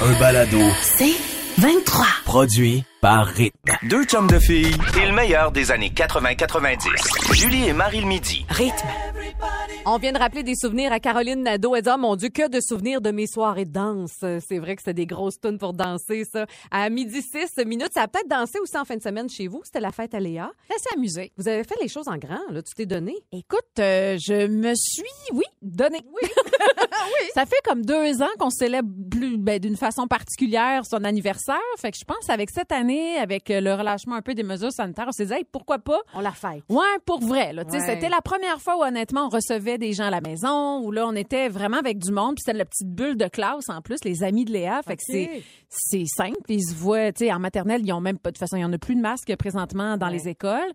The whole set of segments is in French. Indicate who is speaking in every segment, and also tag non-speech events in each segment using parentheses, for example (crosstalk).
Speaker 1: Un balado
Speaker 2: C'est 23.
Speaker 1: produit par Rythme.
Speaker 3: Deux chums de filles et le meilleur des années 80-90. Julie et Marie le midi.
Speaker 2: Rythme.
Speaker 4: On vient de rappeler des souvenirs à Caroline Nadeau. Elle dit, Ah, mon Dieu, que de souvenirs de mes soirées de danse. Euh, C'est vrai que c'était des grosses tunes pour danser, ça. À midi 6 minutes, ça a peut-être dansé aussi en fin de semaine chez vous. C'était la fête à Léa.
Speaker 5: Ça s'est amusé.
Speaker 4: Vous avez fait les choses en grand, là. Tu t'es donné.
Speaker 5: Écoute, euh, je me suis, oui, donné. Oui. Ça fait comme deux ans qu'on célèbre plus, ben, d'une façon particulière son anniversaire. Fait que je pense avec cette année, avec euh, le relâchement un peu des mesures sanitaires, on s'est dit, hey, pourquoi pas?
Speaker 4: On la fête.
Speaker 5: Ouais, pour vrai. Là, Tu sais,
Speaker 4: Ouais.
Speaker 5: C'était la première fois où, honnêtement, on recevait des gens à la maison, où là, on était vraiment avec du monde. Puis c'était la petite bulle de classe, en plus, les amis de Léa. Fait que c'est c'est simple. Ils se voient, tu sais, en maternelle, ils ont même pas, de toute façon, il y en a plus de masques présentement dans les écoles.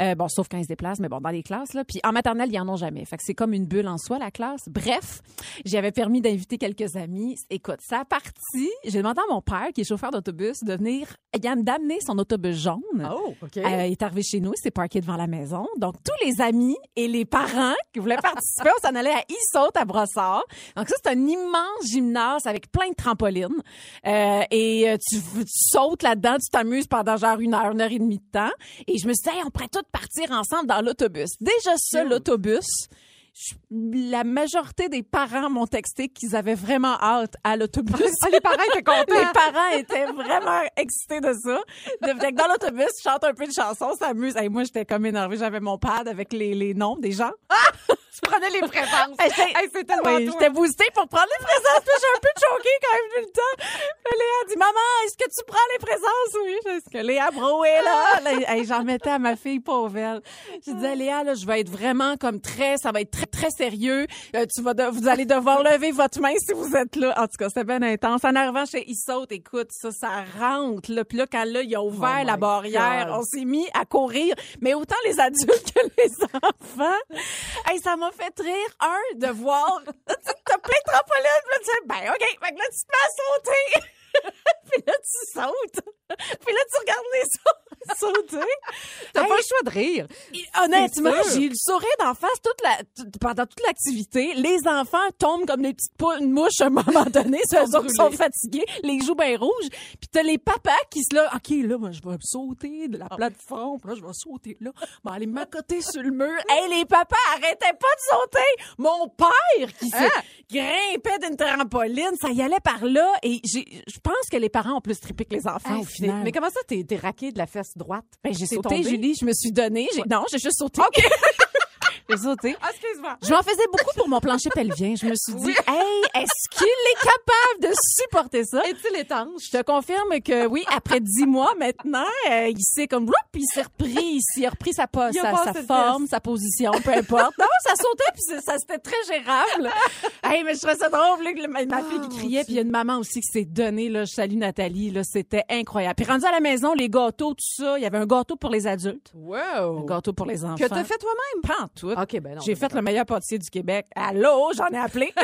Speaker 5: Euh, bon, sauf quand ils se déplacent, mais bon, dans les classes, là. Puis en maternelle, ils en ont jamais. Fait que c'est comme une bulle en soi, la classe. Bref, j'avais permis d'inviter quelques amis. Écoute, ça a parti. J'ai demandé à mon père, qui est chauffeur d'autobus, de venir, eh, d'amener son autobus jaune.
Speaker 4: Oh, OK.
Speaker 5: Euh, il est arrivé chez nous, il s'est parqué devant la maison. Donc, tous les amis et les parents qui voulaient participer, on s'en allait à Issaut, à Brossard. Donc, ça, c'est un immense gymnase avec plein de trampolines. Euh, et euh, tu, tu sautes là-dedans, tu t'amuses pendant genre une heure, une heure et demie de temps. Et je me suis dit, Hey, on pourrait tous partir ensemble dans l'autobus. Déjà ça, l'autobus. je- La majorité des parents m'ont texté qu'ils avaient vraiment hâte à l'autobus.
Speaker 4: ah,
Speaker 5: les parents étaient contents. Les parents étaient vraiment excités de ça. De, fait que dans l'autobus, je chante un peu de chansons, s'amuse. Et moi, j'étais comme énervée. J'avais mon pad avec les, les noms des gens.
Speaker 4: Tu prenais les présences.
Speaker 5: (laughs) Hey, c'est-
Speaker 4: Hey, c'est tellement
Speaker 5: Oui,
Speaker 4: toi.
Speaker 5: J'étais boostée pour prendre les présences. Puis j'ai un peu choquée quand même vu le temps. Puis Léa dit, maman, est-ce que tu prends les présences? Oui, est-ce que Léa Bro est
Speaker 4: Ah!
Speaker 5: là? Là, hey, J'en mettais à ma fille pauvre. elle. Je disais, Léa, là, je vais être vraiment comme très, ça va être très, très sérieux. Euh, tu vas de- vous allez devoir lever votre main si vous êtes là. En tout cas, c'était bien intense. En arrivant chez Issaute, écoute, ça, ça rentre, là. Puis là, quand là, il a ouvert
Speaker 4: Oh
Speaker 5: la
Speaker 4: my
Speaker 5: barrière,
Speaker 4: God.
Speaker 5: on s'est mis à courir, mais autant les adultes que les enfants. Hey, ça m'a fait rire, un, de voir. (laughs) T'as plein de trampolines, puis là, tu fais, ben, OK, fait que là, tu te mets à sauter. (laughs) puis là, tu sautes. puis là, tu regardes les autres (laughs) sauter.
Speaker 4: T'as
Speaker 5: Hey,
Speaker 4: pas le choix de rire.
Speaker 5: et Honnêtement,
Speaker 4: sûr.
Speaker 5: j'ai eu le sourire d'en face toute la, tout- pendant toute l'activité. Les enfants tombent comme des petites pou- mouches à un moment donné. Ceux autres qui sont fatigués, les joues bien rouges. Puis t'as les papas qui se là, OK, là, moi, je vais sauter de la
Speaker 4: Ah.
Speaker 5: plateforme. Puis Là, je vais sauter là. Ben, aller m'accoter sur le mur. Hey, les papas arrêtaient pas de sauter. Mon père qui se
Speaker 4: Ah.
Speaker 5: grimpait d'une trampoline, ça y allait par là. Et j'ai- je pense que les parents ont plus trippé que les enfants
Speaker 4: Hey, Ah,
Speaker 5: au
Speaker 4: c'est-
Speaker 5: final.
Speaker 4: Mais comment ça, t'es t'es raqué de la fesse droite?
Speaker 5: Ben, j'ai
Speaker 4: T'es
Speaker 5: sauté,
Speaker 4: tombée?
Speaker 5: Julie. Je me suis donnée. J'ai- Non, j'ai juste sauté. (laughs) j'ai sauté.
Speaker 4: Ah, Excuse-moi.
Speaker 5: Je m'en faisais beaucoup pour mon plancher pelvien. Je me suis dit, hey, est-ce qu'il est capable de supporter ça?
Speaker 4: Est-il étanche?
Speaker 5: Je te confirme que oui, après dix mois maintenant, euh, il s'est comme, whoop, il s'est repris, il s'est repris sa, po-
Speaker 4: Il a
Speaker 5: sa,
Speaker 4: passé
Speaker 5: sa
Speaker 4: le test.
Speaker 5: forme, sa position, peu importe. Non, ça sautait puis c'est- ça c'était très gérable. hey, mais je trouvais ça drôle, là, que le- ma, ma fille
Speaker 4: Ah,
Speaker 5: qui criait, puis il y a une maman aussi qui s'est donnée là, je salue Nathalie, là, c'était incroyable. Puis rendu à la maison, les gâteaux, tout ça, il y avait un gâteau pour les adultes, un
Speaker 4: Wow.
Speaker 5: gâteau pour les enfants.
Speaker 4: Oh. Que t'as fait toi-même?
Speaker 5: Pas en tout.
Speaker 4: OK, ben non.
Speaker 5: J'ai fait le meilleur pâtissier du Québec. Allô, j'en ai
Speaker 4: (laughs)
Speaker 5: appelé.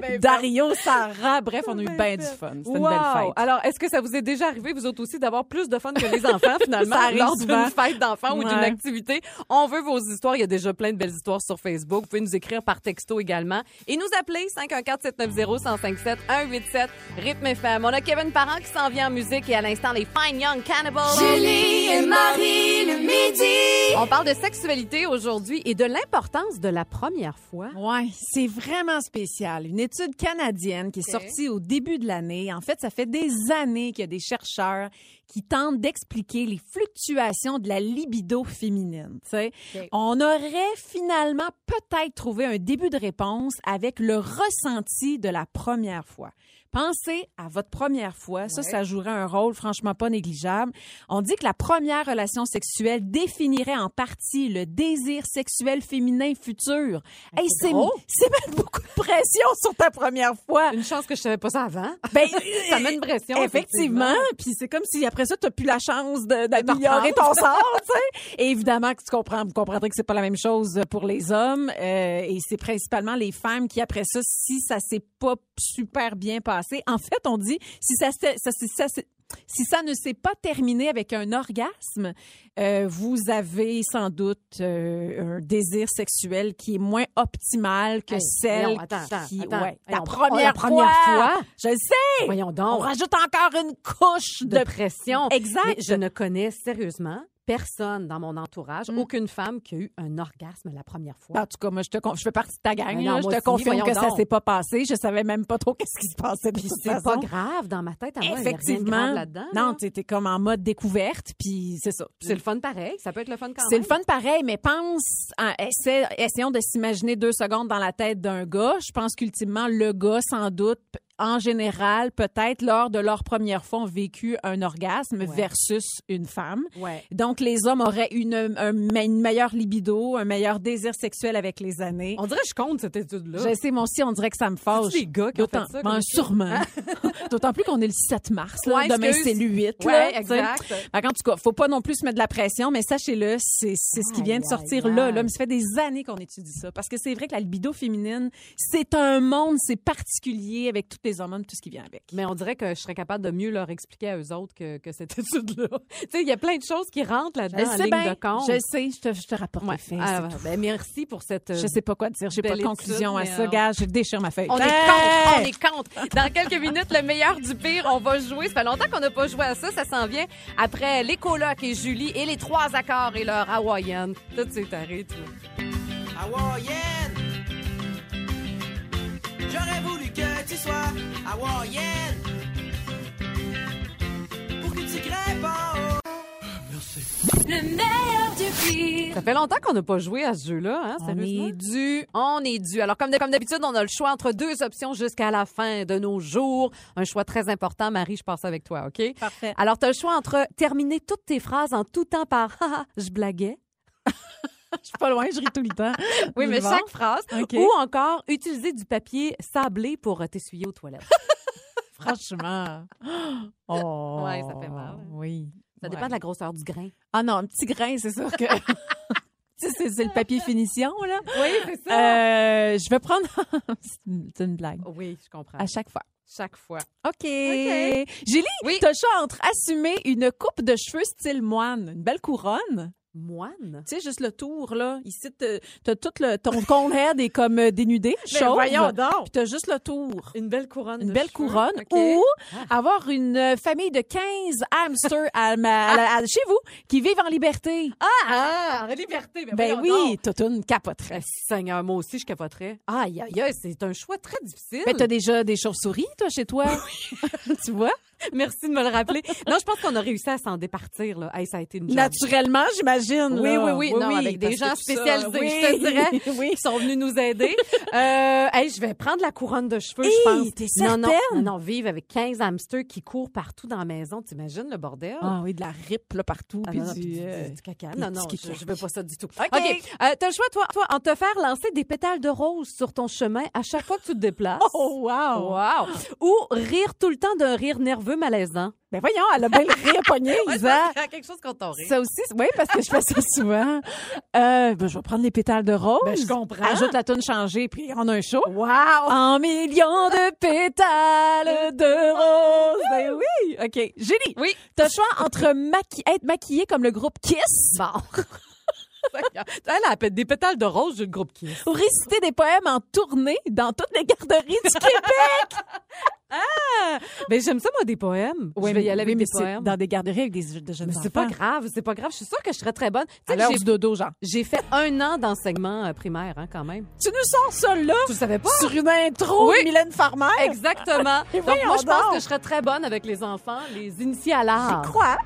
Speaker 4: Ben,
Speaker 5: Dario, Sarah, bref, on a eu bien du fun. C'était une belle
Speaker 4: Oh, Wow!
Speaker 5: fête.
Speaker 4: Alors, est-ce que ça vous est déjà arrivé, vous autres aussi, d'avoir plus de fun que les enfants, finalement,
Speaker 5: Ça arrive
Speaker 4: lors d'une
Speaker 5: souvent.
Speaker 4: fête d'enfants ou d'une
Speaker 5: Ouais.
Speaker 4: activité? On veut vos histoires. Il y a déjà plein de belles histoires sur Facebook. Vous pouvez nous écrire par texto également. Et nous appeler 514-790-1057-187, Rythme FM. On a Kevin Parent qui s'en vient en musique et à l'instant, les Fine Young Cannibals.
Speaker 2: Julie et Marie le midi.
Speaker 4: On parle de sexualité aujourd'hui et de l'importance de la première fois.
Speaker 5: Ouais, c'est vraiment spécial. Une étude canadienne qui est
Speaker 4: Ok.
Speaker 5: sortie au début de l'année. En fait, ça fait des années qu'il y a des chercheurs qui tentent d'expliquer les fluctuations de la libido féminine. tu sais.
Speaker 4: Ok.
Speaker 5: On aurait finalement peut-être trouvé un début de réponse avec le ressenti de la première fois. Pensez à votre première fois. Ça,
Speaker 4: Ouais.
Speaker 5: ça jouerait un rôle franchement pas négligeable. On dit que la première relation sexuelle définirait en partie le désir sexuel féminin futur. Hey,
Speaker 4: c'est
Speaker 5: c'est
Speaker 4: gros.
Speaker 5: c'est mettre beaucoup de pression sur ta première fois.
Speaker 4: Une chance que je savais pas ça avant.
Speaker 5: Ben,
Speaker 4: Ça met une pression.
Speaker 5: Effectivement, puis c'est comme si après ça t'as plus la chance de- d'améliorer ton sort, tu sais. Et évidemment que tu comprends, vous comprendrez que c'est pas la même chose pour les hommes euh, et c'est principalement les femmes qui après ça si ça s'est pas super bien passé. En fait, on dit si ça s'est- ça s'est- ça s'est- Si ça ne s'est pas terminé avec un orgasme, euh, vous avez sans doute euh, un désir sexuel qui est moins optimal que
Speaker 4: Hey,
Speaker 5: celle
Speaker 4: voyons, attends, attends,
Speaker 5: qui...
Speaker 4: attends.
Speaker 5: ouais, la
Speaker 4: Voyons, Oh,
Speaker 5: première,
Speaker 4: la première
Speaker 5: fois,
Speaker 4: fois.
Speaker 5: Je le sais!
Speaker 4: Voyons
Speaker 5: On
Speaker 4: donc.
Speaker 5: rajoute encore une couche de...
Speaker 4: de pression.
Speaker 5: Exact.
Speaker 4: Mais je ne connais sérieusement personne dans mon entourage,
Speaker 5: Mm.
Speaker 4: aucune femme qui a eu un orgasme la première fois.
Speaker 5: Ben, en tout cas, moi, je, te con- je fais partie de ta gang.
Speaker 4: Mais
Speaker 5: là.
Speaker 4: non,
Speaker 5: je
Speaker 4: moi
Speaker 5: te
Speaker 4: aussi,
Speaker 5: confirme
Speaker 4: voyons
Speaker 5: que ça
Speaker 4: donc.
Speaker 5: s'est pas passé. Je savais même pas trop (laughs) qu'est-ce qui se passait. de
Speaker 4: Puis
Speaker 5: toute
Speaker 4: c'est pas
Speaker 5: façon.
Speaker 4: grave dans ma tête à moi. il y a rien de grave
Speaker 5: Effectivement.
Speaker 4: là-dedans.
Speaker 5: non,
Speaker 4: là.
Speaker 5: tu étais comme en mode découverte, puis c'est ça.
Speaker 4: c'est le fun pareil. Ça peut être le fun quand même.
Speaker 5: C'est le fun pareil, mais pense, à- essaie- essayons de s'imaginer deux secondes dans la tête d'un gars. Je pense qu'ultimement, le gars, sans doute, p- en général, peut-être lors de leur première fois, ont vécu un orgasme
Speaker 4: Ouais.
Speaker 5: versus une femme.
Speaker 4: Ouais.
Speaker 5: Donc, les hommes auraient une, un- une meilleure libido, un meilleur désir sexuel avec les années.
Speaker 4: On dirait que je compte cette étude-là.
Speaker 5: Je sais, moi aussi, on dirait que ça me fâche.
Speaker 4: C'est-tu les gars qui ont
Speaker 5: D'autant-
Speaker 4: fait ça,
Speaker 5: ben,
Speaker 4: comme ça?
Speaker 5: sûrement. (laughs) D'autant plus qu'on est le 7 mars. là.
Speaker 4: Ouais,
Speaker 5: Demain, c'est
Speaker 4: excuse.
Speaker 5: le 8.
Speaker 4: Ouais,
Speaker 5: là,
Speaker 4: exact.
Speaker 5: tu sais. Fait qu'en tout cas, faut pas non plus se mettre de la pression, mais sachez-le, c'est c'est ce qui vient de
Speaker 4: Aïe,
Speaker 5: sortir
Speaker 4: aïe,
Speaker 5: là,
Speaker 4: aïe.
Speaker 5: là. Mais ça fait des années qu'on étudie ça. Parce que c'est vrai que la libido féminine, c'est un monde, c'est particulier avec toutes les hormones, tout ce qui vient avec.
Speaker 4: Mais on dirait que je serais capable de mieux leur expliquer à eux autres que, que cette (laughs) étude-là. tu sais, il y a plein de choses qui rentrent là-dedans en ligne
Speaker 5: bien,
Speaker 4: de compte.
Speaker 5: je sais, je te, je te rapporte
Speaker 4: Ouais.
Speaker 5: les faits, c'est
Speaker 4: Ah,
Speaker 5: tout.
Speaker 4: ben, merci pour cette. euh,
Speaker 5: Je sais pas quoi te dire, j'ai pas
Speaker 4: belle
Speaker 5: de conclusion
Speaker 4: étude,
Speaker 5: à
Speaker 4: mais,
Speaker 5: ça,
Speaker 4: euh,
Speaker 5: gars, je déchire ma feuille.
Speaker 4: On est contre, on est contre. Dans quelques minutes, le meilleur du pire, on va jouer. Ça fait longtemps qu'on n'a pas joué à ça. Ça s'en vient après les colocs et Julie et les trois accords et leur hawaïenne. Tout de suite, arrête. là.
Speaker 1: Hawaïenne. J'aurais voulu que tu sois hawaïenne. Pour que tu grimpes en haut.
Speaker 2: Le meilleur du pire.
Speaker 4: Ça fait longtemps qu'on n'a pas joué à ce jeu-là, hein,
Speaker 5: On
Speaker 4: sérieusement.
Speaker 5: est
Speaker 4: dû. On est dû. Alors, comme, de- comme d'habitude, on a le choix entre deux options jusqu'à la fin de nos jours. Un choix très important. Marie, je passe avec toi, OK?
Speaker 5: Parfait.
Speaker 4: Alors, tu as le choix entre terminer toutes tes phrases en tout temps par (laughs) Ah, ah, je blaguais.
Speaker 5: Je suis pas loin, je ris tout le temps.
Speaker 4: Oui,
Speaker 5: Du
Speaker 4: mais
Speaker 5: vent.
Speaker 4: chaque phrase.
Speaker 5: OK.
Speaker 4: Ou encore utiliser du papier sablé pour euh, t'essuyer aux toilettes. (gasps)
Speaker 5: Franchement. Oh.
Speaker 4: Ouais, ça fait mal.
Speaker 5: Oui.
Speaker 4: Ça dépend
Speaker 5: Ouais.
Speaker 4: de la grosseur du grain.
Speaker 5: Ah non, un petit grain, c'est sûr que. (laughs) Tu sais, c'est c'est le papier finition, là.
Speaker 4: Oui, c'est
Speaker 5: Euh, je vais prendre. (laughs) c'est une- c'est une blague.
Speaker 4: Oui, je comprends.
Speaker 5: À chaque fois.
Speaker 4: chaque fois.
Speaker 5: OK.
Speaker 4: OK.
Speaker 5: Julie,
Speaker 4: Oui.
Speaker 5: t'as le choix entre assumer une coupe de cheveux style moine, une belle couronne.
Speaker 4: Moine?
Speaker 5: Tu sais, juste le tour, là. Ici, t'as t'as tout le. Ton (laughs) conhead est comme euh, dénudé, chauve.
Speaker 4: donc!
Speaker 5: Puis t'as juste le tour.
Speaker 4: Une belle couronne.
Speaker 5: une
Speaker 4: de
Speaker 5: belle
Speaker 4: cheveux.
Speaker 5: couronne
Speaker 4: OK.
Speaker 5: ou avoir une euh, famille de 15 hamsters à, ma- à la- à- chez vous qui vivent en liberté.
Speaker 4: Ah, en liberté! Ben,
Speaker 5: ben
Speaker 4: voyons
Speaker 5: oui,
Speaker 4: donc.
Speaker 5: t'as une
Speaker 4: Eh,
Speaker 5: capoterie.
Speaker 4: Seigneur, moi aussi, je capoterais. Aïe, aïe, aïe, c'est un choix très difficile.
Speaker 5: Ben t'as déjà des chauves-souris, toi,
Speaker 4: (laughs)
Speaker 5: chez toi. tu vois?
Speaker 4: Merci de me le rappeler. non, je pense qu'on a réussi à s'en départir. Là. Hey, ça a été une job.
Speaker 5: Naturellement, j'imagine.
Speaker 4: Oui, oui,
Speaker 5: là.
Speaker 4: oui, non, avec des gens
Speaker 5: parce que tout ça,
Speaker 4: spécialisés, je te dirais,
Speaker 5: oui.
Speaker 4: qui sont venus nous aider. Euh, hey, je vais prendre la couronne de cheveux,
Speaker 5: Hey,
Speaker 4: je pense.
Speaker 5: t'es
Speaker 4: non, non, non,
Speaker 5: certaine?
Speaker 4: non, vivre avec 15 hamsters qui courent partout dans la maison, t'imagines le bordel?
Speaker 5: Ah oui, de la rip là, partout.
Speaker 4: Ah
Speaker 5: puis
Speaker 4: non, non,
Speaker 5: du,
Speaker 4: puis du-
Speaker 5: euh,
Speaker 4: du- du caca.
Speaker 5: des
Speaker 4: Non,
Speaker 5: petits
Speaker 4: non, je,
Speaker 5: kikis.
Speaker 4: je veux pas ça du tout.
Speaker 5: OK.
Speaker 4: Euh, T'as le choix, toi, toi, en te faire lancer des pétales de rose sur ton chemin à chaque fois que tu te (laughs) déplaces.
Speaker 5: Oh, wow.
Speaker 4: Wow! Ou rire tout le temps d'un rire nerveux malaisant.
Speaker 5: Ben voyons, elle a bien le rire hein. pogné, Isa.
Speaker 4: (laughs) quelque chose qu'on t'aurait.
Speaker 5: Ça aussi, oui, parce que je fais (laughs) ça souvent. Euh, ben, je vais prendre les pétales de rose.
Speaker 4: Ben, je comprends.
Speaker 5: Ajoute la toune changée, puis on a un show.
Speaker 4: Wow!
Speaker 5: En millions de pétales de rose. Ben oui. OK. Julie.
Speaker 4: Oui.
Speaker 5: T'as le choix entre maqui- être maquillée comme le groupe Kiss
Speaker 4: Bon. (laughs) Elle a des pétales de rose du groupe Kiss.
Speaker 5: ou réciter des poèmes en tournée dans toutes les garderies du (laughs) Québec.
Speaker 4: Mais j'aime ça, moi, des poèmes. je vais y aller avec
Speaker 5: mais
Speaker 4: des
Speaker 5: c'est
Speaker 4: poèmes.
Speaker 5: Dans des garderies avec des de jeunes
Speaker 4: Mais c'est pas grave, c'est pas grave. Je suis sûre que je serais très bonne. Tu sais,
Speaker 5: Alors,
Speaker 4: j'ai-
Speaker 5: du dodo, genre.
Speaker 4: j'ai fait (laughs) un an d'enseignement euh, primaire, hein, quand même.
Speaker 5: Tu nous sors ça là?
Speaker 4: Tu le savais pas?
Speaker 5: Sur une intro
Speaker 4: Oui.
Speaker 5: de Mylène Farmer?
Speaker 4: Exactement.
Speaker 5: Mais
Speaker 4: Donc, moi, je pense
Speaker 5: voyons donc.
Speaker 4: que je serais très bonne avec les enfants, les initiés à l'art.
Speaker 5: Quoi?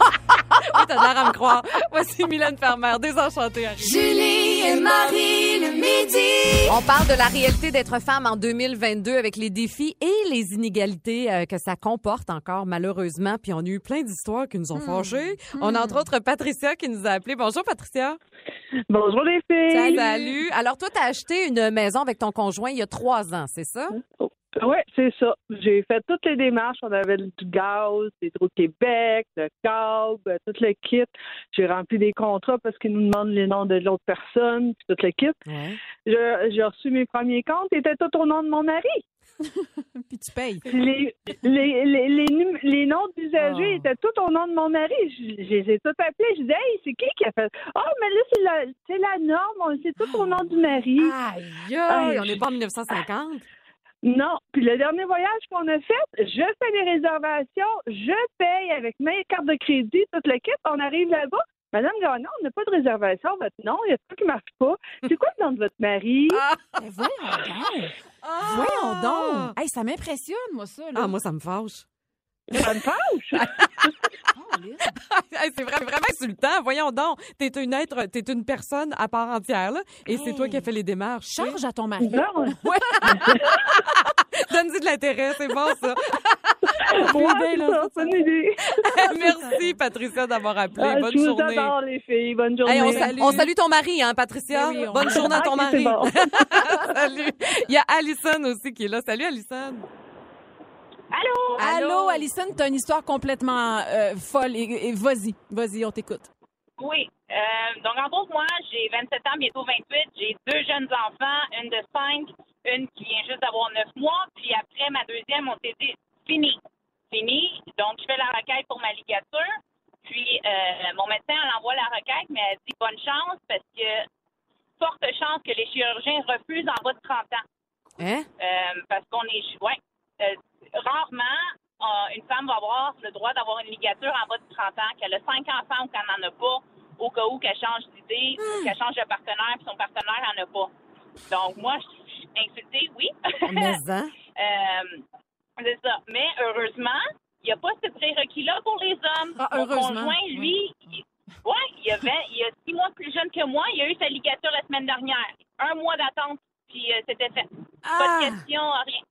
Speaker 4: Oui, t'as l'air à me croire. Voici Mylène Farmer, désenchantée. Harry.
Speaker 2: Julie et Marie le midi.
Speaker 4: On parle de la réalité d'être femme en 2022 avec les défis et les inégalités euh, que ça comporte encore, malheureusement. Puis on a eu plein d'histoires qui nous ont fâchées. On a entre autres Patricia qui nous a appelé. Bonjour, Patricia.
Speaker 6: Bonjour les filles.
Speaker 4: Salut. Alors, toi, t'as acheté une maison avec ton conjoint il y a trois ans, c'est ça?
Speaker 6: Ouais, c'est ça. J'ai fait toutes les démarches. On avait du gaz, des trous Québec, le câble, euh, tout le kit. J'ai rempli des contrats parce qu'ils nous demandent les noms de l'autre personne, puis tout le kit.
Speaker 4: Oui.
Speaker 6: Je- J'ai reçu mes premiers comptes, ils étaient tous au nom de mon mari.
Speaker 5: Puis tu payes.
Speaker 6: Puis les, les, les, les, num- les noms d'usagers
Speaker 5: Ah.
Speaker 6: étaient tous au nom de mon mari. Je, je les ai tous appelés. Je disais, hey, c'est qui qui a fait? Oh, mais là, c'est la, c'est la norme. On- C'est tout au nom du mari.
Speaker 4: Aïe, aïe,
Speaker 6: Aïe.
Speaker 4: on n'est pas en 1950.
Speaker 6: Non. Puis le dernier voyage qu'on a fait, je fais les réservations, je paye avec mes cartes de crédit, tout le kit. On arrive là-bas. Madame Gagnon, on n'a pas de réservation, votre nom, il y a tout qui marche pas. C'est quoi le nom de votre mari?
Speaker 5: Mais voyons donc.
Speaker 4: Ah!
Speaker 5: Voyons donc. Hey, ça m'impressionne, moi, ça. Là.
Speaker 4: Ah, moi, ça me fâche.
Speaker 6: Ça
Speaker 4: (laughs)
Speaker 6: me fâche.
Speaker 5: Caliste.
Speaker 4: Hey, c'est vraiment, vraiment insultant. Voyons donc. T'es une être, t'es une personne à part entière, là, et c'est toi qui as fait les démarches.
Speaker 5: Charge à ton mari.
Speaker 6: Non,
Speaker 4: (laughs) Donne-y de l'intérêt, c'est bon, ça.
Speaker 6: (laughs)
Speaker 4: Eh
Speaker 6: ouais,
Speaker 5: idée,
Speaker 6: c'est
Speaker 5: là,
Speaker 6: ça, hein, c'est une idée.
Speaker 4: Merci, Patricia, d'avoir appelé.
Speaker 6: Ah,
Speaker 4: Bonne
Speaker 6: je vous
Speaker 4: journée.
Speaker 6: adore, les filles. Bonne journée.
Speaker 4: Hey, on, salue. on salue ton mari, hein, Patricia.
Speaker 5: Ben oui, on-
Speaker 6: (laughs)
Speaker 4: Bonne journée à ton
Speaker 6: Ah, ok,
Speaker 4: mari.
Speaker 6: c'est bon.
Speaker 4: (laughs) Salut. Il y a Alison aussi qui est là. Salut, Alison.
Speaker 6: Allô?
Speaker 5: Allô,
Speaker 4: Allô?
Speaker 5: Alison, t'as une histoire complètement euh, folle. Et, et vas-y, vas-y, on t'écoute.
Speaker 7: Oui. Euh, donc, en gros, moi, j'ai 27 ans, bientôt 28. J'ai deux jeunes enfants, une de 5, une qui vient juste d'avoir 9 mois. Puis après, ma deuxième, on s'est dit, fini, fini. Donc, je fais la requête pour ma ligature. Puis, euh, mon médecin, elle envoie la requête, mais elle dit bonne chance parce que forte chance que les chirurgiens refusent en bas de 30 ans.
Speaker 4: Hein?
Speaker 7: Euh, parce qu'on est ouais, euh, rarement euh, une femme va avoir le droit d'avoir une ligature en bas de 30 ans, qu'elle a cinq enfants ou qu'elle n'en a pas, au cas où qu'elle change
Speaker 5: Hmm.
Speaker 7: d'idée, qu'elle change de partenaire puis son partenaire n'en a pas. Donc moi, je suis insultée, oui. (laughs)
Speaker 4: Mais, hein?
Speaker 7: Euh, c'est ça. Mais heureusement, il n'y a pas ce prérequis-là pour les hommes.
Speaker 5: Ah,
Speaker 7: Mon
Speaker 5: heureusement.
Speaker 7: conjoint, lui, il- ouais, il, y avait, il y a six mois plus jeune que moi, il a eu sa ligature la semaine dernière. Un mois d'attente, puis euh, c'était fait. Pas
Speaker 4: Ah!
Speaker 7: de question, rien.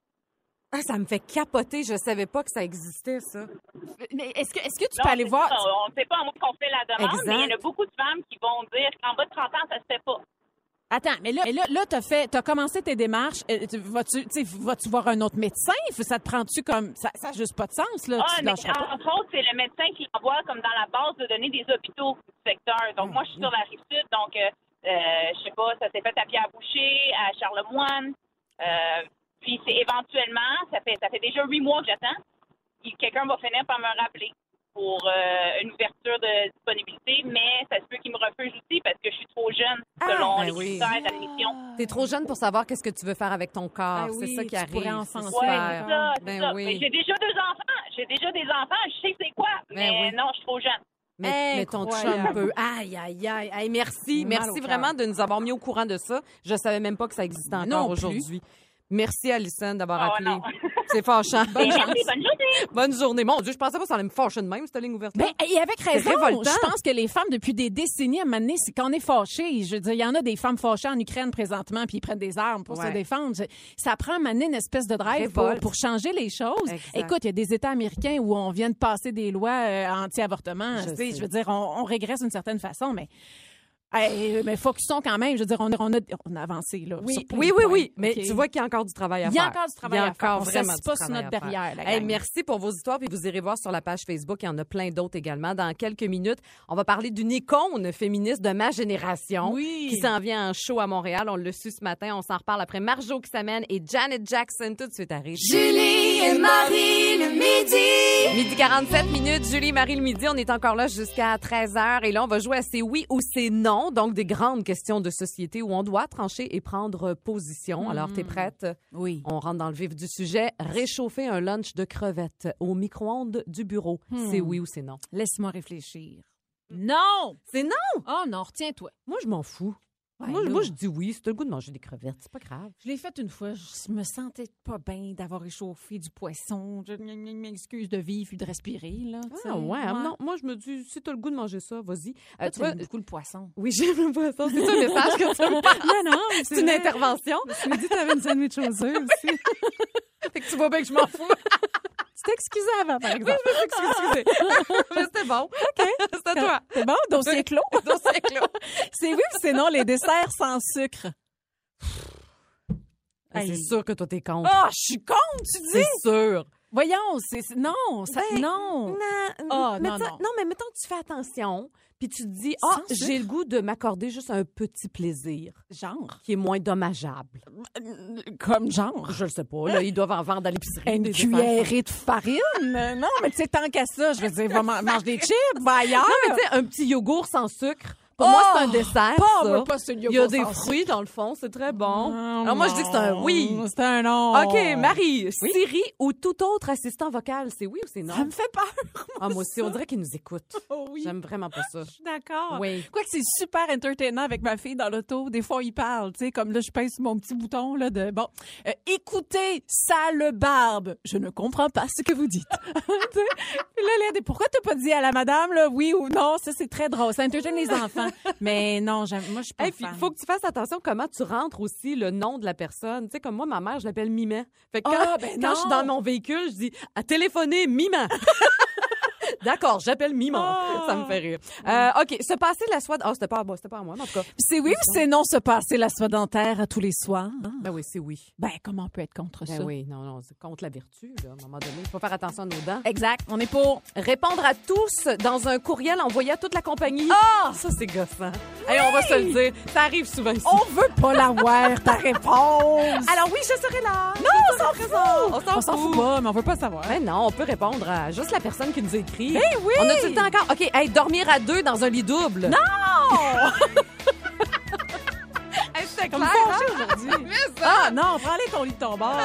Speaker 4: Ah, ça me fait capoter. Je savais pas que ça existait, ça.
Speaker 5: Mais est-ce que, est-ce que tu
Speaker 7: Non,
Speaker 5: peux aller
Speaker 7: c'est
Speaker 5: voir?
Speaker 7: ça. on ne sait pas à moins qu'on fait la demande,
Speaker 4: Exact.
Speaker 7: mais il y en a beaucoup de femmes qui vont dire qu'en bas de 30 ans, ça se fait pas.
Speaker 5: Ah, Attends, mais là, mais là, là t'as fait, t'as commencé tes démarches. Euh, tu- Vas-tu, tu sais, vas-tu voir un autre médecin? Faut- Ça te prend-tu comme, ça, ça a juste pas de sens, là.
Speaker 7: Ah,
Speaker 5: tu
Speaker 7: mais
Speaker 5: lâcheras pas.
Speaker 7: entre autres, c'est le médecin qui l'envoie comme dans la base de données des hôpitaux du secteur.
Speaker 5: Oh,
Speaker 7: Donc, moi, je suis sur la rive sud, donc, euh, euh, je sais pas, ça s'est fait à Pierre Boucher, à Charlemagne. Euh, puis, c'est éventuellement, ça fait, ça fait déjà huit mois que j'attends, et quelqu'un va finir par me rappeler pour euh, une ouverture de disponibilité, mais ça se peut qu'il me refuse aussi parce que je suis trop jeune
Speaker 5: Ah,
Speaker 7: selon
Speaker 4: ben
Speaker 7: les
Speaker 4: oui.
Speaker 7: critères d'admission.
Speaker 4: T'es trop jeune pour savoir qu'est-ce que tu veux faire avec ton corps.
Speaker 6: Ben
Speaker 5: Ah
Speaker 4: c'est
Speaker 5: oui,
Speaker 4: ça qui
Speaker 5: tu
Speaker 4: arrive.
Speaker 5: pourrais
Speaker 4: c'est
Speaker 5: enfanter.
Speaker 7: Ouais,
Speaker 4: super.
Speaker 7: c'est ça, c'est
Speaker 4: Ben
Speaker 7: ça.
Speaker 4: oui.
Speaker 7: Mais j'ai déjà deux enfants. J'ai déjà des enfants. Je sais c'est quoi. Mais
Speaker 4: Ben oui.
Speaker 7: non, je suis trop jeune.
Speaker 4: Mais, mais ton chum
Speaker 5: Incroyable.
Speaker 4: peut. Aïe, aïe, aïe. Hey, merci.
Speaker 5: Mal au
Speaker 4: Merci
Speaker 5: cœur.
Speaker 4: vraiment de nous avoir mis au courant de ça. Je savais même pas que ça existait
Speaker 5: Non
Speaker 4: encore
Speaker 5: plus.
Speaker 4: aujourd'hui. Merci, Alison, d'avoir
Speaker 7: Ah,
Speaker 4: appelé.
Speaker 7: non.
Speaker 4: C'est fâchant.
Speaker 7: Mais merci, bonne journée.
Speaker 4: (laughs) Bonne journée. Mon Dieu, je pensais pas que ça allait me fâcher de même, cette ligne ouverte.
Speaker 5: Ben, et avec raison,
Speaker 4: révoltant.
Speaker 5: je pense que les femmes, depuis des décennies, à un moment donné, c'est qu'on est fâchés. Je veux dire, il y en a des femmes fâchées en Ukraine présentement, puis ils prennent des armes pour
Speaker 4: Ouais.
Speaker 5: se défendre. Je- Ça prend à un moment donné une espèce de drive pour,
Speaker 4: Révolte.
Speaker 5: pour changer les choses.
Speaker 4: Exact.
Speaker 5: Écoute, il y a des États américains où on vient de passer des lois euh, anti-avortement.
Speaker 4: Je
Speaker 5: Tu sais,
Speaker 4: sais.
Speaker 5: Je veux dire, on, on régresse d'une certaine façon, mais... hey, mais focusons quand même. Je veux dire, on a, on a, on a avancé, là.
Speaker 4: Oui,
Speaker 5: sur plein
Speaker 4: oui,
Speaker 5: de
Speaker 4: oui,
Speaker 5: points.
Speaker 4: oui. Mais
Speaker 5: OK.
Speaker 4: tu vois qu'il y a encore du travail à
Speaker 5: Il
Speaker 4: faire.
Speaker 5: y a encore du travail
Speaker 4: Il y a
Speaker 5: à faire.
Speaker 4: encore
Speaker 5: On
Speaker 4: vraiment
Speaker 5: reste
Speaker 4: du
Speaker 5: pas sur
Speaker 4: travail
Speaker 5: notre
Speaker 4: à faire.
Speaker 5: derrière, la
Speaker 4: Hey,
Speaker 5: gang.
Speaker 4: merci pour vos histoires. Puis vous irez voir sur la page Facebook. Il y en a plein d'autres également. Dans quelques minutes, on va parler d'une icône féministe de ma génération
Speaker 5: Oui.
Speaker 4: qui s'en vient en show à Montréal. On le su ce matin. On s'en reparle après Marjo qui s'amène et Janet Jackson tout de suite arrive.
Speaker 2: Julie et Marie le midi.
Speaker 4: Midi 47 minutes, Julie, Marie le midi, on est encore là jusqu'à 13h et là on va jouer à c'est oui ou c'est non, donc des grandes questions de société où on doit trancher et prendre position. Alors t'es prête
Speaker 5: Oui.
Speaker 4: On rentre dans le vif du sujet, réchauffer un lunch de crevettes au micro-ondes du bureau. C'est oui ou c'est non
Speaker 5: Laisse-moi réfléchir. Non!
Speaker 4: Mm. C'est non.
Speaker 5: Oh non, retiens-toi.
Speaker 4: Moi je m'en fous.
Speaker 5: Ouais,
Speaker 4: moi,
Speaker 5: là.
Speaker 4: moi, je dis oui, c'est le goût de manger des crevettes, c'est pas grave.
Speaker 5: Je l'ai faite une fois. Je me sentais pas bien d'avoir échauffé du poisson. Je gna, gna, gna, excuse de vivre puis de respirer. Là, tu sais.
Speaker 4: Ah ouais, ah, non, moi je me dis si t'as le goût de manger ça, vas-y. Euh,
Speaker 5: Toi,
Speaker 4: tu
Speaker 5: tu
Speaker 4: vois,
Speaker 5: aimes beaucoup le poisson.
Speaker 4: oui, (laughs) j'aime pas ça, c'est ça le message que tu (laughs) me passes.
Speaker 5: Non, non,
Speaker 4: C'est une intervention.
Speaker 5: Tu me dis que tu avais une (laughs) sandwich aux œufs aussi.
Speaker 4: Fait que tu vois bien que je m'en fous.
Speaker 5: (laughs) tu t'excusais avant, par exemple.
Speaker 4: Excusez. (laughs) Mais c'était bon. OK. C'est à toi.
Speaker 5: C'est bon, (laughs) dossier clos.
Speaker 4: Donc, c'est clos.
Speaker 5: C'est oui ou c'est non, les desserts sans sucre?
Speaker 4: C'est
Speaker 5: Hey.
Speaker 4: Ah, sûr que toi, t'es contre. Ah!
Speaker 5: Ah, je suis con, tu dis?
Speaker 4: C'est sûr.
Speaker 5: Voyons, c'est c'est- non, ça,
Speaker 4: Ben,
Speaker 5: non.
Speaker 4: Non,
Speaker 5: Ah,
Speaker 4: mais
Speaker 5: non,
Speaker 4: tu-
Speaker 5: non.
Speaker 4: mais mettons que tu fais attention, puis tu te dis, ah,
Speaker 5: Sans
Speaker 4: j'ai le goût de m'accorder juste un petit plaisir
Speaker 5: Genre.
Speaker 4: qui est moins dommageable.
Speaker 5: Comme genre.
Speaker 4: Je le sais pas, là, ils doivent en vendre à l'épicerie.
Speaker 5: Une
Speaker 4: des
Speaker 5: cuillerée de farine? Non, mais tu sais, tant qu'à ça, je veux dire,
Speaker 4: (laughs)
Speaker 5: va man- mange des chips, va ailleurs.
Speaker 4: Non, mais tu sais, un petit yogourt sans sucre. Pour moi, c'est un
Speaker 5: Oh,
Speaker 4: dessert.
Speaker 5: pas-
Speaker 4: ça.
Speaker 5: pas ce
Speaker 4: Il y a
Speaker 5: yogourt
Speaker 4: des
Speaker 5: sans
Speaker 4: fruits dans le fond, c'est très bon.
Speaker 5: Non,
Speaker 4: Alors moi, je dis que c'est un oui.
Speaker 5: non, C'est un non.
Speaker 4: OK, Marie, Siri ou tout autre assistant vocal, c'est oui ou c'est non?
Speaker 5: Ça me fait peur.
Speaker 4: ah, moi aussi, on dirait qu'ils nous écoutent.
Speaker 5: Oh oui.
Speaker 4: J'aime vraiment pas ça.
Speaker 5: suis d'accord.
Speaker 4: Oui.
Speaker 5: Quoique c'est super entertainant avec ma fille dans l'auto. Des fois, il parle, tu sais, comme là, je pince sur mon petit bouton, là, de bon, euh, écoutez, sale barbe. Je ne comprends pas ce que vous dites. (laughs) Tu sais? Puis là, là, des- pourquoi t'as pas dit à la madame, là, oui ou non? Ça, c'est très drôle. Ça entertaine les (laughs) enfants. Mais non, j'aime, moi, je suis pas
Speaker 4: Et puis,
Speaker 5: fan.
Speaker 4: faut que tu fasses attention comment tu rentres aussi le nom de la personne. Tu sais, comme moi, ma mère, je l'appelle Mimet. Fait que quand,
Speaker 5: Ah, ben
Speaker 4: quand
Speaker 5: non.
Speaker 4: je suis dans mon véhicule, je dis à téléphoner
Speaker 5: (laughs)
Speaker 4: Mimet. D'accord, j'appelle Mimet.
Speaker 5: Ah.
Speaker 4: Ça me fait rire. Euh, OK, se passer la soie. Ah, c'était pas à moi, c'était pas à moi, mais en tout cas.
Speaker 5: C'est oui ou c'est non se passer la soie dentaire tous les soirs?
Speaker 4: Ben oui, c'est oui.
Speaker 5: Ben, comment on peut être contre
Speaker 4: Ben
Speaker 5: ça?
Speaker 4: oui, non, non, c'est contre la vertu, là, à un moment donné. Il faut faire attention à nos dents.
Speaker 5: Exact. On est pour.
Speaker 4: Répondre à tous dans un courriel envoyé à toute la compagnie. Ah! Ça, c'est gossant. Hey, on va se le dire. Ça arrive souvent ici.
Speaker 5: On veut pas l'avoir, ta réponse.
Speaker 4: Alors oui, je serai là.
Speaker 5: non, on s'en fout.
Speaker 4: On
Speaker 5: On s'en fout pas, mais on veut pas savoir.
Speaker 4: Mais non, on peut répondre à juste la personne qui nous écrit.
Speaker 5: Eh oui!
Speaker 4: On a-tu le temps encore? OK, hey, dormir à deux dans un lit double. Non! C'était
Speaker 5: Comme
Speaker 4: clair, hein?
Speaker 5: fâché aujourd'hui. ah non, prends-les ton lit de ton bord.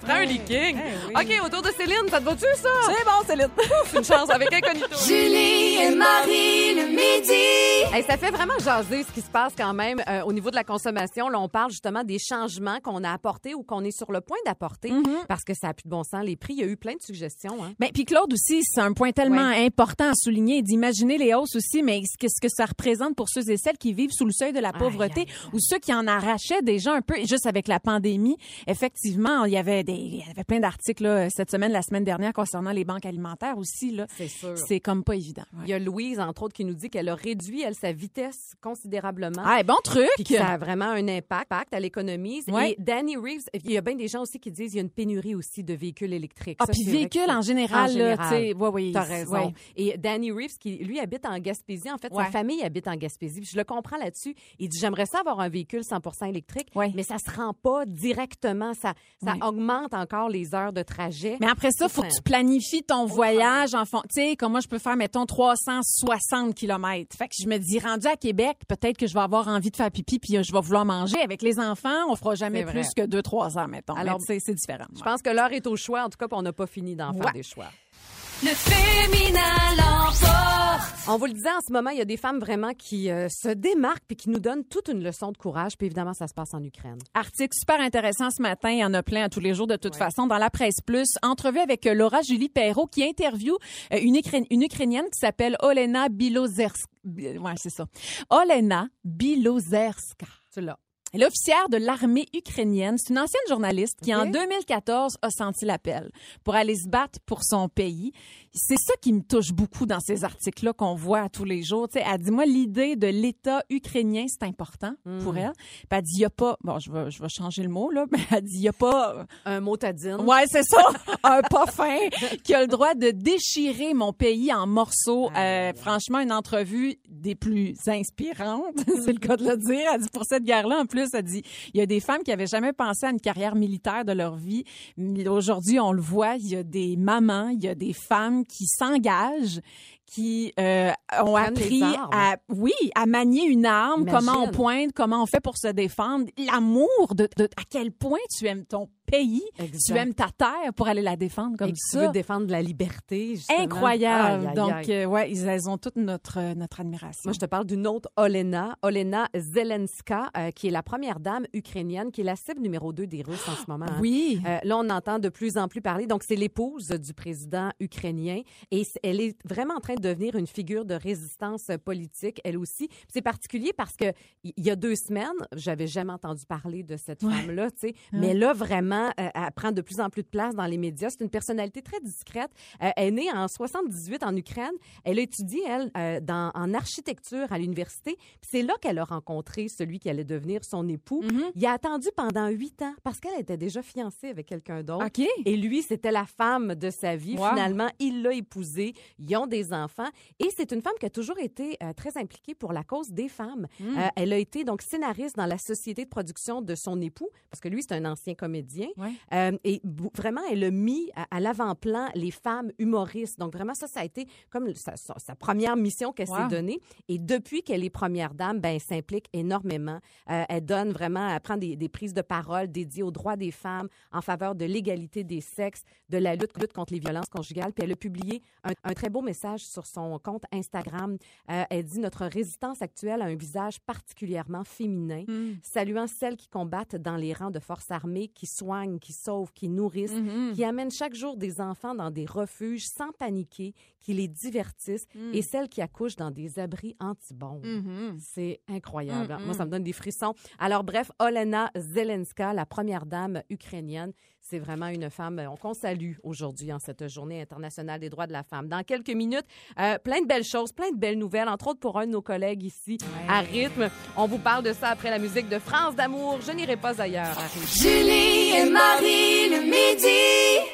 Speaker 4: Prends un leaking.
Speaker 5: Eh oui.
Speaker 4: OK, autour de Céline, ça te va-tu, ça?
Speaker 5: C'est bon, Céline.
Speaker 4: C'est une chance avec Incognito.
Speaker 5: (laughs)
Speaker 2: Julie et Marie le midi.
Speaker 4: Hey, ça fait vraiment jaser ce qui se passe quand même euh, au niveau de la consommation. Là, on parle justement des changements qu'on a apportés ou qu'on est sur le point d'apporter
Speaker 5: Mm-hmm.
Speaker 4: parce que ça n'a plus de bon sens. Les prix, il y a eu plein de suggestions. Hein.
Speaker 5: Mais puis Claude aussi, c'est un point tellement important à souligner et d'imaginer les hausses aussi, mais ce que, ce que ça représente pour ceux et celles qui vivent sous le seuil de la pauvreté ou ceux qui en arrachaient déjà un peu, Et juste avec la pandémie. Effectivement, il y avait des, il y avait plein d'articles là, cette semaine, la semaine dernière concernant les banques alimentaires aussi là.
Speaker 4: C'est sûr.
Speaker 5: C'est comme pas évident. Ouais.
Speaker 4: Il y a Louise, entre autres, qui nous dit qu'elle a réduit, elle, sa vitesse considérablement.
Speaker 5: Ah, bon truc.
Speaker 4: Puis que ça a
Speaker 5: (laughs)
Speaker 4: vraiment un impact, impact à l'économie.
Speaker 5: Ouais.
Speaker 4: Et Danny Reeves, il y a bien des gens aussi qui disent qu'il y a une pénurie aussi de véhicules électriques.
Speaker 5: Ah,
Speaker 4: Ça,
Speaker 5: puis
Speaker 4: c'est vrai
Speaker 5: véhicule
Speaker 4: que-
Speaker 5: en général,
Speaker 4: En
Speaker 5: là,
Speaker 4: général.
Speaker 5: tu sais, ouais, oui,
Speaker 4: T'as
Speaker 5: c'est-
Speaker 4: raison.
Speaker 5: ouais.
Speaker 4: Et Danny Reeves, qui lui habite en Gaspésie, en fait, sa
Speaker 5: Ouais.
Speaker 4: famille habite en Gaspésie. Puis je le comprends là-dessus. Il dit j'aimerais ça avoir un véhicule 100% électrique,
Speaker 5: Ouais.
Speaker 4: mais ça se rend pas directement. Ça, ça
Speaker 5: Ouais.
Speaker 4: augmente encore les heures de trajet.
Speaker 5: Mais après ça, faut que tu planifies ton voyage en fond. Tu sais, comme moi, je peux faire, mettons, 360 km. Fait que je me dis, rendu à Québec, peut-être que je vais avoir envie de faire pipi, puis euh, je vais vouloir manger. Avec les enfants, on fera jamais
Speaker 4: C'est vrai.
Speaker 5: plus que 2-3 ans, mettons.
Speaker 4: Alors,
Speaker 5: Alors, c'est c'est différent.
Speaker 4: Je pense que l'heure est au choix. En tout cas, puis on n'a pas fini d'en faire
Speaker 5: Ouais.
Speaker 4: des choix.
Speaker 2: Le féminin l'emporte.
Speaker 4: On vous le disait en ce moment, il y a des femmes vraiment qui euh, se démarquent puis qui nous donnent toute une leçon de courage. Puis évidemment, ça se passe en Ukraine.
Speaker 5: Article super intéressant ce matin. Il y en a plein à tous les jours, de toute façon, dans la presse plus. Entrevue avec euh, Laura Julie Perrault qui interview euh, une, Ukraine- une Ukrainienne qui s'appelle Olena Bilozerska. Ouais, c'est ça. Olena Bilozerska.
Speaker 4: Tu l'as.
Speaker 5: Elle est officière de l'armée ukrainienne. C'est une ancienne journaliste qui, en
Speaker 4: Ok.
Speaker 5: 2014, a senti l'appel pour aller se battre pour son pays. C'est ça qui me touche beaucoup dans ces articles-là qu'on voit à tous les jours. Tu sais, elle dit, moi, l'idée de l'État ukrainien, c'est important pour
Speaker 4: Hmm.
Speaker 5: elle. Puis elle dit, il n'y a pas... Bon, je vais, je vais changer le mot, là, (laughs) mais elle dit, il n'y a pas...
Speaker 4: Un motadine.
Speaker 5: Ouais, c'est ça. (laughs) un pas fin qui a le droit de déchirer mon pays en
Speaker 4: Ah,
Speaker 5: morceaux. Euh, franchement, une entrevue des plus inspirantes, (laughs) c'est le cas de le dire. Elle dit pour cette guerre-là, en plus, elle dit il y a des femmes qui avaient jamais pensé à une carrière militaire de leur vie. Mais Aujourd'hui, on le voit, il y a des mamans, il y a des femmes qui s'engagent, qui euh, ont
Speaker 4: Prennent les
Speaker 5: appris
Speaker 4: armes.
Speaker 5: à oui, à manier une arme,
Speaker 4: Imagine.
Speaker 5: comment on pointe, comment on fait pour se défendre, l'amour de, de- à quel point tu aimes ton pays,
Speaker 4: Exact.
Speaker 5: tu aimes ta terre pour aller la défendre comme
Speaker 4: Et que tu
Speaker 5: ça.
Speaker 4: veux défendre la liberté. justement. Aïe,
Speaker 5: Incroyable.
Speaker 4: aïe,
Speaker 5: Donc
Speaker 4: aïe.
Speaker 5: euh, ouais, ils elles ont toute notre euh, notre admiration.
Speaker 4: Moi, je te parle d'une autre Olena, Olena Zelenska, euh, qui est la première dame ukrainienne, qui est la cible numéro 2 des Russes en ce moment. hein.
Speaker 5: Oui.
Speaker 4: Euh, là, on entend de plus en plus parler. Donc, c'est l'épouse du président ukrainien et c- elle est vraiment en train de devenir une figure de résistance euh, politique, elle aussi. Puis C'est particulier parce que il y, y a deux semaines, j'avais jamais entendu parler de cette femme-là, tu sais. Mais là, vraiment, évidemment, euh, elle prend de plus en plus de place dans les médias. C'est une personnalité très discrète. Euh, elle est née en 78 en Ukraine. Elle a étudié, elle, euh, dans, en architecture à l'université. Puis C'est là qu'elle a rencontré celui qui allait devenir son époux.
Speaker 5: Mhm.
Speaker 4: Il a attendu pendant huit ans parce qu'elle était déjà fiancée avec quelqu'un d'autre.
Speaker 5: OK.
Speaker 4: Et lui, c'était la femme de sa vie.
Speaker 5: Wow.
Speaker 4: Finalement, il l'a épousée. Ils ont des enfants. Et c'est une femme qui a toujours été euh, très impliquée pour la cause des femmes.
Speaker 5: Hmm.
Speaker 4: Euh, elle a été donc scénariste dans la société de production de son époux, parce que lui, c'est un ancien comédien.
Speaker 5: Ouais.
Speaker 4: Euh, et bou- vraiment, elle a mis à, à l'avant-plan les femmes humoristes. Donc vraiment, ça, ça a été comme sa, sa- sa première mission qu'elle
Speaker 5: Wow.
Speaker 4: s'est donnée. Et depuis qu'elle est première dame, ben, elle s'implique énormément. Euh, elle donne vraiment, elle prend des, des prises de parole dédiées aux droits des femmes, en faveur de l'égalité des sexes, de la lutte, lutte contre les violences conjugales. Puis elle a publié un, un très beau message sur son compte Instagram. Euh, elle dit Notre résistance actuelle a un visage particulièrement féminin saluant celles qui combattent dans les rangs de forces armées, qui soignent, qui sauvent, qui nourrissent, qui amènent chaque jour des enfants dans des refuges sans paniquer, qui les divertissent, et celles qui accouchent dans des abris anti-bombes. C'est incroyable. hein. Moi, ça me donne des frissons. Alors, bref, Olena Zelenska, la première dame ukrainienne, c'est vraiment une femme euh, qu'on salue aujourd'hui en cette journée internationale des droits de la femme. Dans quelques minutes, euh, plein de belles choses, plein de belles nouvelles, entre autres pour un de nos collègues ici à Rythme. On vous parle de ça après la musique de France d'amour. Je n'irai pas ailleurs. à Rythme.
Speaker 2: Julie et Marie le midi.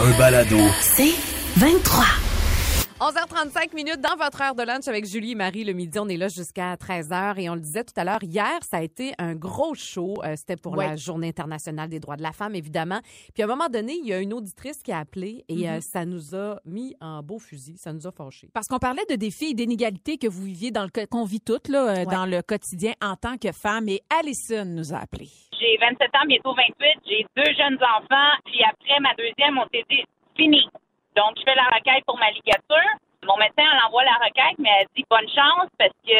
Speaker 8: Un balado.
Speaker 4: 11h35 minutes dans votre heure de lunch avec Julie et Marie le midi. On est là jusqu'à 13h et on le disait tout à l'heure, hier, ça a été un gros show. Euh, C'était pour
Speaker 5: Ouais.
Speaker 4: la Journée internationale des droits de la femme, évidemment. Puis à un moment donné, il y a une auditrice qui a appelé et
Speaker 5: Mm-hmm.
Speaker 4: euh, ça nous a mis en beau fusil. Ça nous a fâchés.
Speaker 5: Parce qu'on parlait de défis et d'inégalités que vous viviez dans le co- qu'on vit toutes là, euh, dans le quotidien en tant que femme et Alison nous a appelé.
Speaker 7: J'ai 27 ans, bientôt 28. J'ai deux jeunes enfants. Puis après ma deuxième, on s'est dit fini. Donc, je fais la requête pour ma ligature. Mon médecin, elle envoie la requête, mais elle dit bonne chance parce que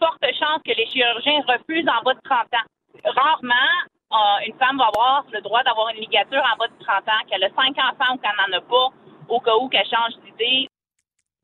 Speaker 7: forte chance que les chirurgiens refusent en bas de 30 ans. Rarement, euh, une femme va avoir le droit d'avoir une ligature en bas de 30 ans, qu'elle a cinq enfants ou qu'elle n'en a pas, au cas où qu'elle change d'idée.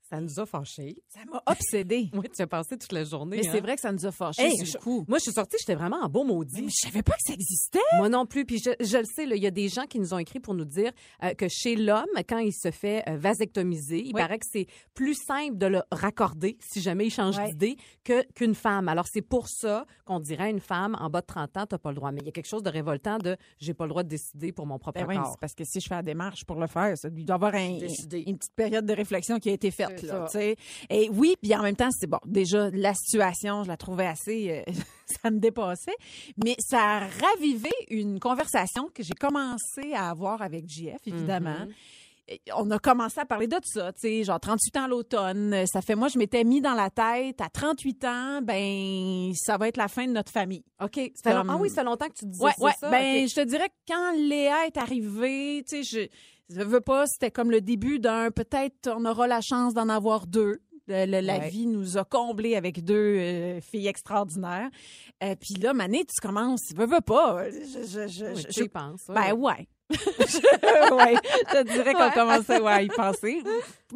Speaker 4: Ça nous a fâchés.
Speaker 5: Ça m'a obsédée.
Speaker 4: Oui, tu as passé toute la journée.
Speaker 5: Mais
Speaker 4: hein.
Speaker 5: c'est vrai que ça nous a fâchés
Speaker 4: Hey,
Speaker 5: sur le coup.
Speaker 4: Moi, je suis sortie, j'étais vraiment en beau maudit.
Speaker 5: Mais je savais pas que ça existait.
Speaker 4: Moi non plus. Puis je, je le sais, là, il y a des gens qui nous ont écrit pour nous dire euh, que chez l'homme, quand il se fait euh, vasectomiser, il
Speaker 5: Oui.
Speaker 4: paraît que c'est plus simple de le raccorder si jamais il change
Speaker 5: Ouais.
Speaker 4: d'idée que qu'une femme. Alors c'est pour ça qu'on dirait à une femme en bas de 30 ans, t'as pas le droit. Mais il y a quelque chose de révoltant de j'ai pas le droit de décider pour mon propre
Speaker 5: Ben oui,
Speaker 4: corps.
Speaker 5: c'est parce que si je fais la démarche pour le faire, ça, il doit y avoir un-
Speaker 4: Décidé.
Speaker 5: une petite période de réflexion qui a été faite.
Speaker 4: C'est
Speaker 5: Là,
Speaker 4: ça.
Speaker 5: tu sais. et oui, puis en même temps, c'est bon. Déjà, la situation, je la trouvais assez... euh, (laughs) ça me dépassait. Mais ça a ravivé une conversation que j'ai commencé à avoir avec JF, évidemment.
Speaker 4: Mm-hmm.
Speaker 5: Et On a commencé à parler de ça, tu sais, genre 38 ans à l'automne. Ça fait, moi, je m'étais mis dans la tête, à 38 ans, ben, ça va être la fin de notre famille.
Speaker 4: OK. Ça fait long-
Speaker 5: Comme-
Speaker 4: Ah oui, ça fait longtemps que tu te disais
Speaker 5: Ouais,
Speaker 4: c'est
Speaker 5: ouais.
Speaker 4: ça.
Speaker 5: Ben,
Speaker 4: OK.
Speaker 5: je te dirais que quand Léa est arrivée, tu sais, je, je veux pas, c'était comme le début d'un peut-être on aura la chance d'en avoir deux. Le- le- la
Speaker 4: Ouais.
Speaker 5: vie nous a comblés avec deux euh, filles extraordinaires. Euh, Puis là, Mané, tu commences, veux, veux pas. Je, je, je,
Speaker 4: Oui,
Speaker 5: je-
Speaker 4: tu y penses. ouais, (laughs)
Speaker 5: ben
Speaker 4: ouais.
Speaker 5: ouais. (laughs) ouais, je te dirais qu'on
Speaker 4: Ouais.
Speaker 5: commençait ouais, à y penser.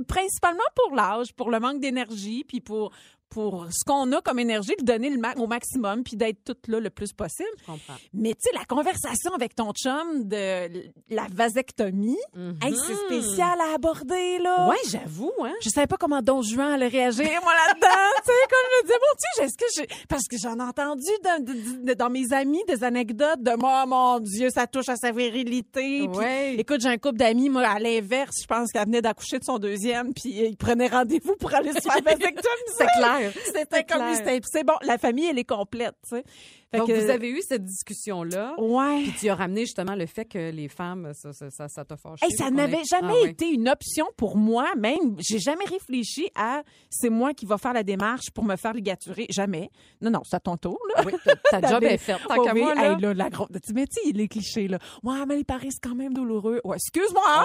Speaker 5: Principalement pour l'âge, pour le manque d'énergie, puis pour, pour ce qu'on a comme énergie, de donner le ma- au maximum, puis d'être toutes là le plus possible.
Speaker 4: Je comprends.
Speaker 5: Mais tu sais, la conversation avec ton chum de l- la vasectomie, hey, c'est spécial à aborder, là.
Speaker 4: Hmm. Mhm. Ouais, j'avoue, hein.
Speaker 5: Je savais pas comment Don Juan allait réagir, moi, là-dedans. (laughs) tu sais, comme je me disais, mon Dieu, est-ce que je... Parce que j'en ai entendu dans, de- de- dans mes amis des anecdotes de « moi, mon Dieu, ça touche à sa virilité. Puis,
Speaker 4: Ouais.
Speaker 5: Écoute, j'ai un couple d'amis, moi, à l'inverse, je pense qu'elle venait d'accoucher de son deuxième, puis euh, ils prenaient rendez-vous pour aller se faire vasectomiser.
Speaker 4: (laughs) C'est clair.
Speaker 5: C'était comme...
Speaker 4: clair.
Speaker 5: c'était- C'est bon, la famille, elle est complète, tu sais. Fait
Speaker 4: Donc,
Speaker 5: que- Oh.
Speaker 4: vous avez eu cette discussion-là.
Speaker 5: Ouais.
Speaker 4: Puis tu as ramené justement le fait que les femmes, ça, ça, ça, ça t'a fâché.
Speaker 5: Hey, ça
Speaker 4: qu'on
Speaker 5: n'avait
Speaker 4: ait-
Speaker 5: jamais
Speaker 4: Ah ouais.
Speaker 5: été une option pour moi, même. J'ai jamais réfléchi à c'est moi qui va faire la démarche pour me faire ligaturer. Jamais. Non, non, c'est à ton tour,
Speaker 4: Ah
Speaker 5: là.
Speaker 4: Oui,
Speaker 5: (laughs)
Speaker 4: ta, ta job
Speaker 5: T'avais-
Speaker 4: est faite. Tant
Speaker 5: Oh
Speaker 4: qu'à
Speaker 5: oui,
Speaker 4: moi, là.
Speaker 5: hey, là, la grosse. Tu mais tu sais, les clichés, là. Ouais, mais les paris, c'est quand même douloureux. Ouais,
Speaker 4: Oh.
Speaker 5: excuse-moi.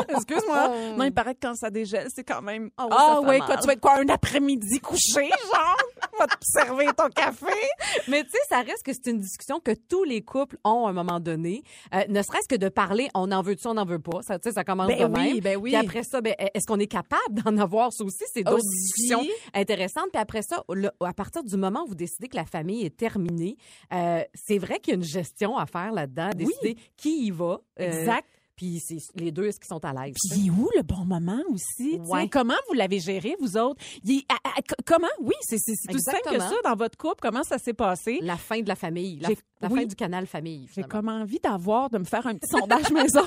Speaker 5: (laughs) excuse-moi. Non, il paraît que quand ça dégèle, c'est quand même. Ah,
Speaker 4: oui, ça fait
Speaker 5: ouais,
Speaker 4: mal. (laughs)
Speaker 5: quand tu vas être quoi, un après-midi couché, genre? On va te servir ton café.
Speaker 4: Mais tu tu sais, ça reste que c'est une discussion que tous les couples ont à un moment donné. Euh, ne serait-ce que de parler, on en veut-tu, on en veut pas. Ça, tu sais, ça commence
Speaker 5: Ben
Speaker 4: de
Speaker 5: oui,
Speaker 4: même.
Speaker 5: ben oui.
Speaker 4: Puis après ça, ben, est-ce qu'on est capable d'en avoir ça aussi? C'est d'autres
Speaker 5: Aussi.
Speaker 4: discussions intéressantes. Puis après ça, le- à partir du moment où vous décidez que la famille est terminée, euh, c'est vrai qu'il y a une gestion à faire là-dedans, à décider qui y va. euh,
Speaker 5: Exact.
Speaker 4: Puis c'est les deux, est-ce qu'ils sont à l'aise?
Speaker 5: Puis il est où le bon moment aussi? tu sais?
Speaker 4: Ouais.
Speaker 5: Comment vous l'avez géré, vous autres? Il est- à- à- co- comment? Oui, c'est c'est- c'est tout simple que
Speaker 4: Exactement.
Speaker 5: ça dans votre couple. Comment ça s'est passé?
Speaker 4: La fin de la famille, la,
Speaker 5: J'ai-
Speaker 4: la
Speaker 5: oui.
Speaker 4: fin du canal famille.
Speaker 5: J'ai
Speaker 4: finalement. (laughs)
Speaker 5: comme envie d'avoir, de me faire un petit sondage (laughs) maison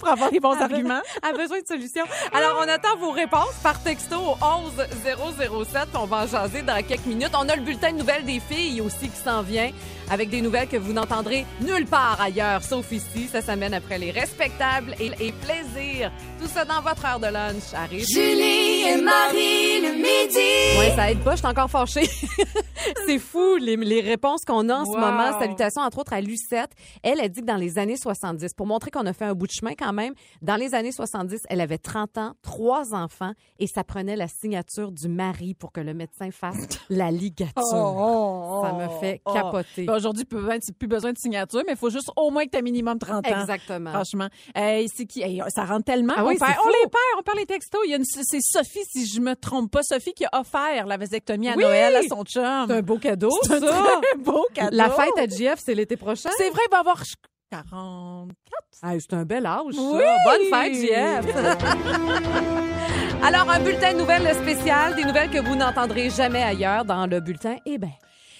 Speaker 5: pour avoir les bons
Speaker 4: (laughs)
Speaker 5: arguments.
Speaker 4: a besoin de solutions. Alors, on attend vos réponses par texto au 11 007. On va en jaser dans quelques minutes. On a le bulletin de nouvelles des filles aussi qui s'en vient avec des nouvelles que vous n'entendrez nulle part ailleurs, sauf ici. Ça s'amène après les respectables et, et plaisirs. Tout ça dans votre heure de lunch. Arrive.
Speaker 2: Julie et Marie le midi.
Speaker 4: Ouais, ça aide pas, je suis encore fâchée. (laughs) c'est fou, les, les réponses qu'on a en ce
Speaker 5: Wow.
Speaker 4: moment. Salutations, entre autres, à Lucette. Elle, a dit que dans les années 70, pour montrer qu'on a fait un bout de chemin quand même, dans les années 70, elle avait 30 ans, trois enfants, et ça prenait la signature du mari pour que le médecin (laughs) fasse la ligature. Oh, ça me fait
Speaker 5: oh.
Speaker 4: capoter.
Speaker 5: Ben, Aujourd'hui, peu- ben, plus besoin de signature, mais il faut juste au moins que tu aies minimum 30 ans.
Speaker 4: Exactement.
Speaker 5: Franchement. Euh, c'est qui? Hey, ça rentre tellement.
Speaker 4: Ah
Speaker 5: on,
Speaker 4: oui,
Speaker 5: perd-
Speaker 4: c'est
Speaker 5: on
Speaker 4: fou.
Speaker 5: les perd, on perd les textos. Il y a une, c'est Sophie, si je me trompe pas, Sophie qui a offert la vasectomie à
Speaker 4: Oui!
Speaker 5: Noël à son chum.
Speaker 4: C'est un beau cadeau,
Speaker 5: C'est un
Speaker 4: ça.
Speaker 5: très beau cadeau.
Speaker 4: La fête à GF, c'est l'été prochain.
Speaker 5: C'est vrai, il va avoir 40.
Speaker 4: Ah, c'est un bel âge, ça.
Speaker 5: Oui!
Speaker 4: Bonne fête, JF! (laughs) Alors, un bulletin de nouvelles spécial, des nouvelles que vous n'entendrez jamais ailleurs dans le bulletin. Eh bien,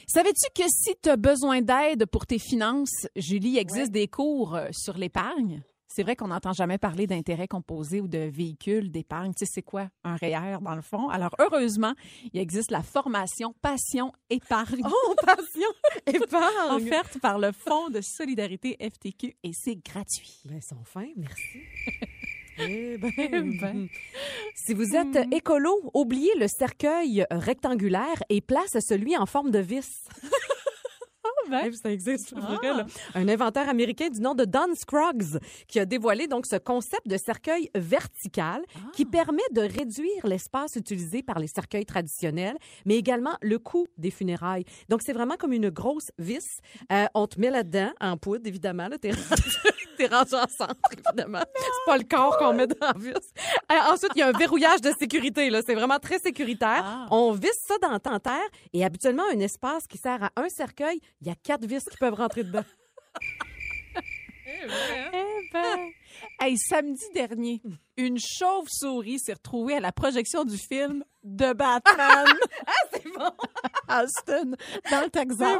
Speaker 5: Savais-tu que si tu as besoin d'aide pour tes finances, Julie, il existe des cours euh, sur l'épargne? C'est vrai qu'on n'entend jamais parler d'intérêt composé ou de véhicules d'épargne. Tu sais, c'est quoi un REER dans le fond? Alors, heureusement, il existe la formation Passion Épargne. Oh, Passion
Speaker 4: (laughs) épargne!
Speaker 5: Offerte par le Fonds de solidarité FTQ et c'est gratuit.
Speaker 4: ben, ils sont fins,
Speaker 5: (laughs)
Speaker 4: merci. Eh ben,
Speaker 5: ben. Hmm.
Speaker 4: Si vous êtes écolo, oubliez le cercueil rectangulaire et place celui en forme de
Speaker 5: (laughs)
Speaker 4: vis.
Speaker 5: ben. Ah.
Speaker 4: Eh, Ça existe, pour vrai, là. Un inventaire américain du nom de Don Scruggs qui a dévoilé donc ce concept de cercueil vertical qui permet de réduire l'espace utilisé par les cercueils traditionnels, mais également le coût des funérailles. Donc, c'est vraiment comme une grosse vis. Euh, on te met là-dedans, en poudre, évidemment. Là, t'es (laughs) t'es rangé en centre, évidemment. C'est pas le corps qu'on met dans la vis. Euh, ensuite, il y a un verrouillage de sécurité. là. C'est vraiment très sécuritaire.
Speaker 5: Ah.
Speaker 4: On visse ça dans le terre et habituellement, un espace qui sert à un cercueil, il y a quatre vis qui peuvent rentrer dedans.
Speaker 5: Eh ben. Hey, samedi dernier, une chauve-souris s'est retrouvée à la projection du film de (laughs) Batman. ah, c'est bon! (laughs) Austin, dans le Texas.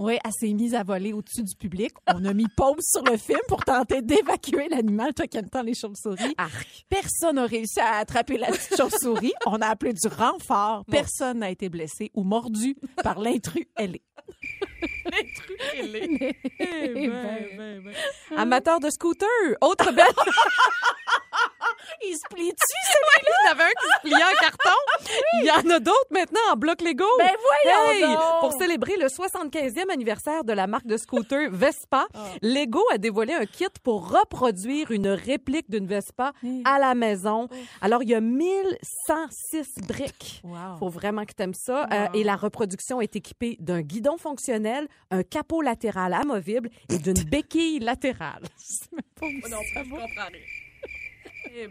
Speaker 5: Oui, elle s'est mise à voler au-dessus du public. On a mis pause sur le film pour tenter d'évacuer l'animal, toi qui aimes tant les chauves-souris.
Speaker 4: Arc.
Speaker 5: Personne n'a réussi à attraper la petite (laughs) chauve-souris. On a appelé du renfort. Personne n'a été blessé ou mordu par l'intrus ailé. (laughs) l'intrus ailé. Eh ben.
Speaker 4: Amateur de scooter,
Speaker 5: (laughs)
Speaker 4: autre belle.
Speaker 5: Il se plie dessus, (laughs)
Speaker 4: Il y en avait un qui se pliait en carton. Il y en a d'autres maintenant en bloc Lego.
Speaker 5: Ben voyons
Speaker 4: Hey!
Speaker 5: donc!
Speaker 4: Pour célébrer le 75e anniversaire de la marque de
Speaker 5: (laughs)
Speaker 4: scooter Vespa,
Speaker 5: Ah.
Speaker 4: Lego a dévoilé un kit pour reproduire une réplique d'une Vespa à la maison.
Speaker 5: Oh.
Speaker 4: Alors, il y a 1106 briques.
Speaker 5: Wow.
Speaker 4: Faut vraiment que t'aimes ça. Euh, et la reproduction est équipée d'un guidon fonctionnel, un capot latéral amovible et
Speaker 5: (laughs)
Speaker 4: d'une béquille latérale. Oh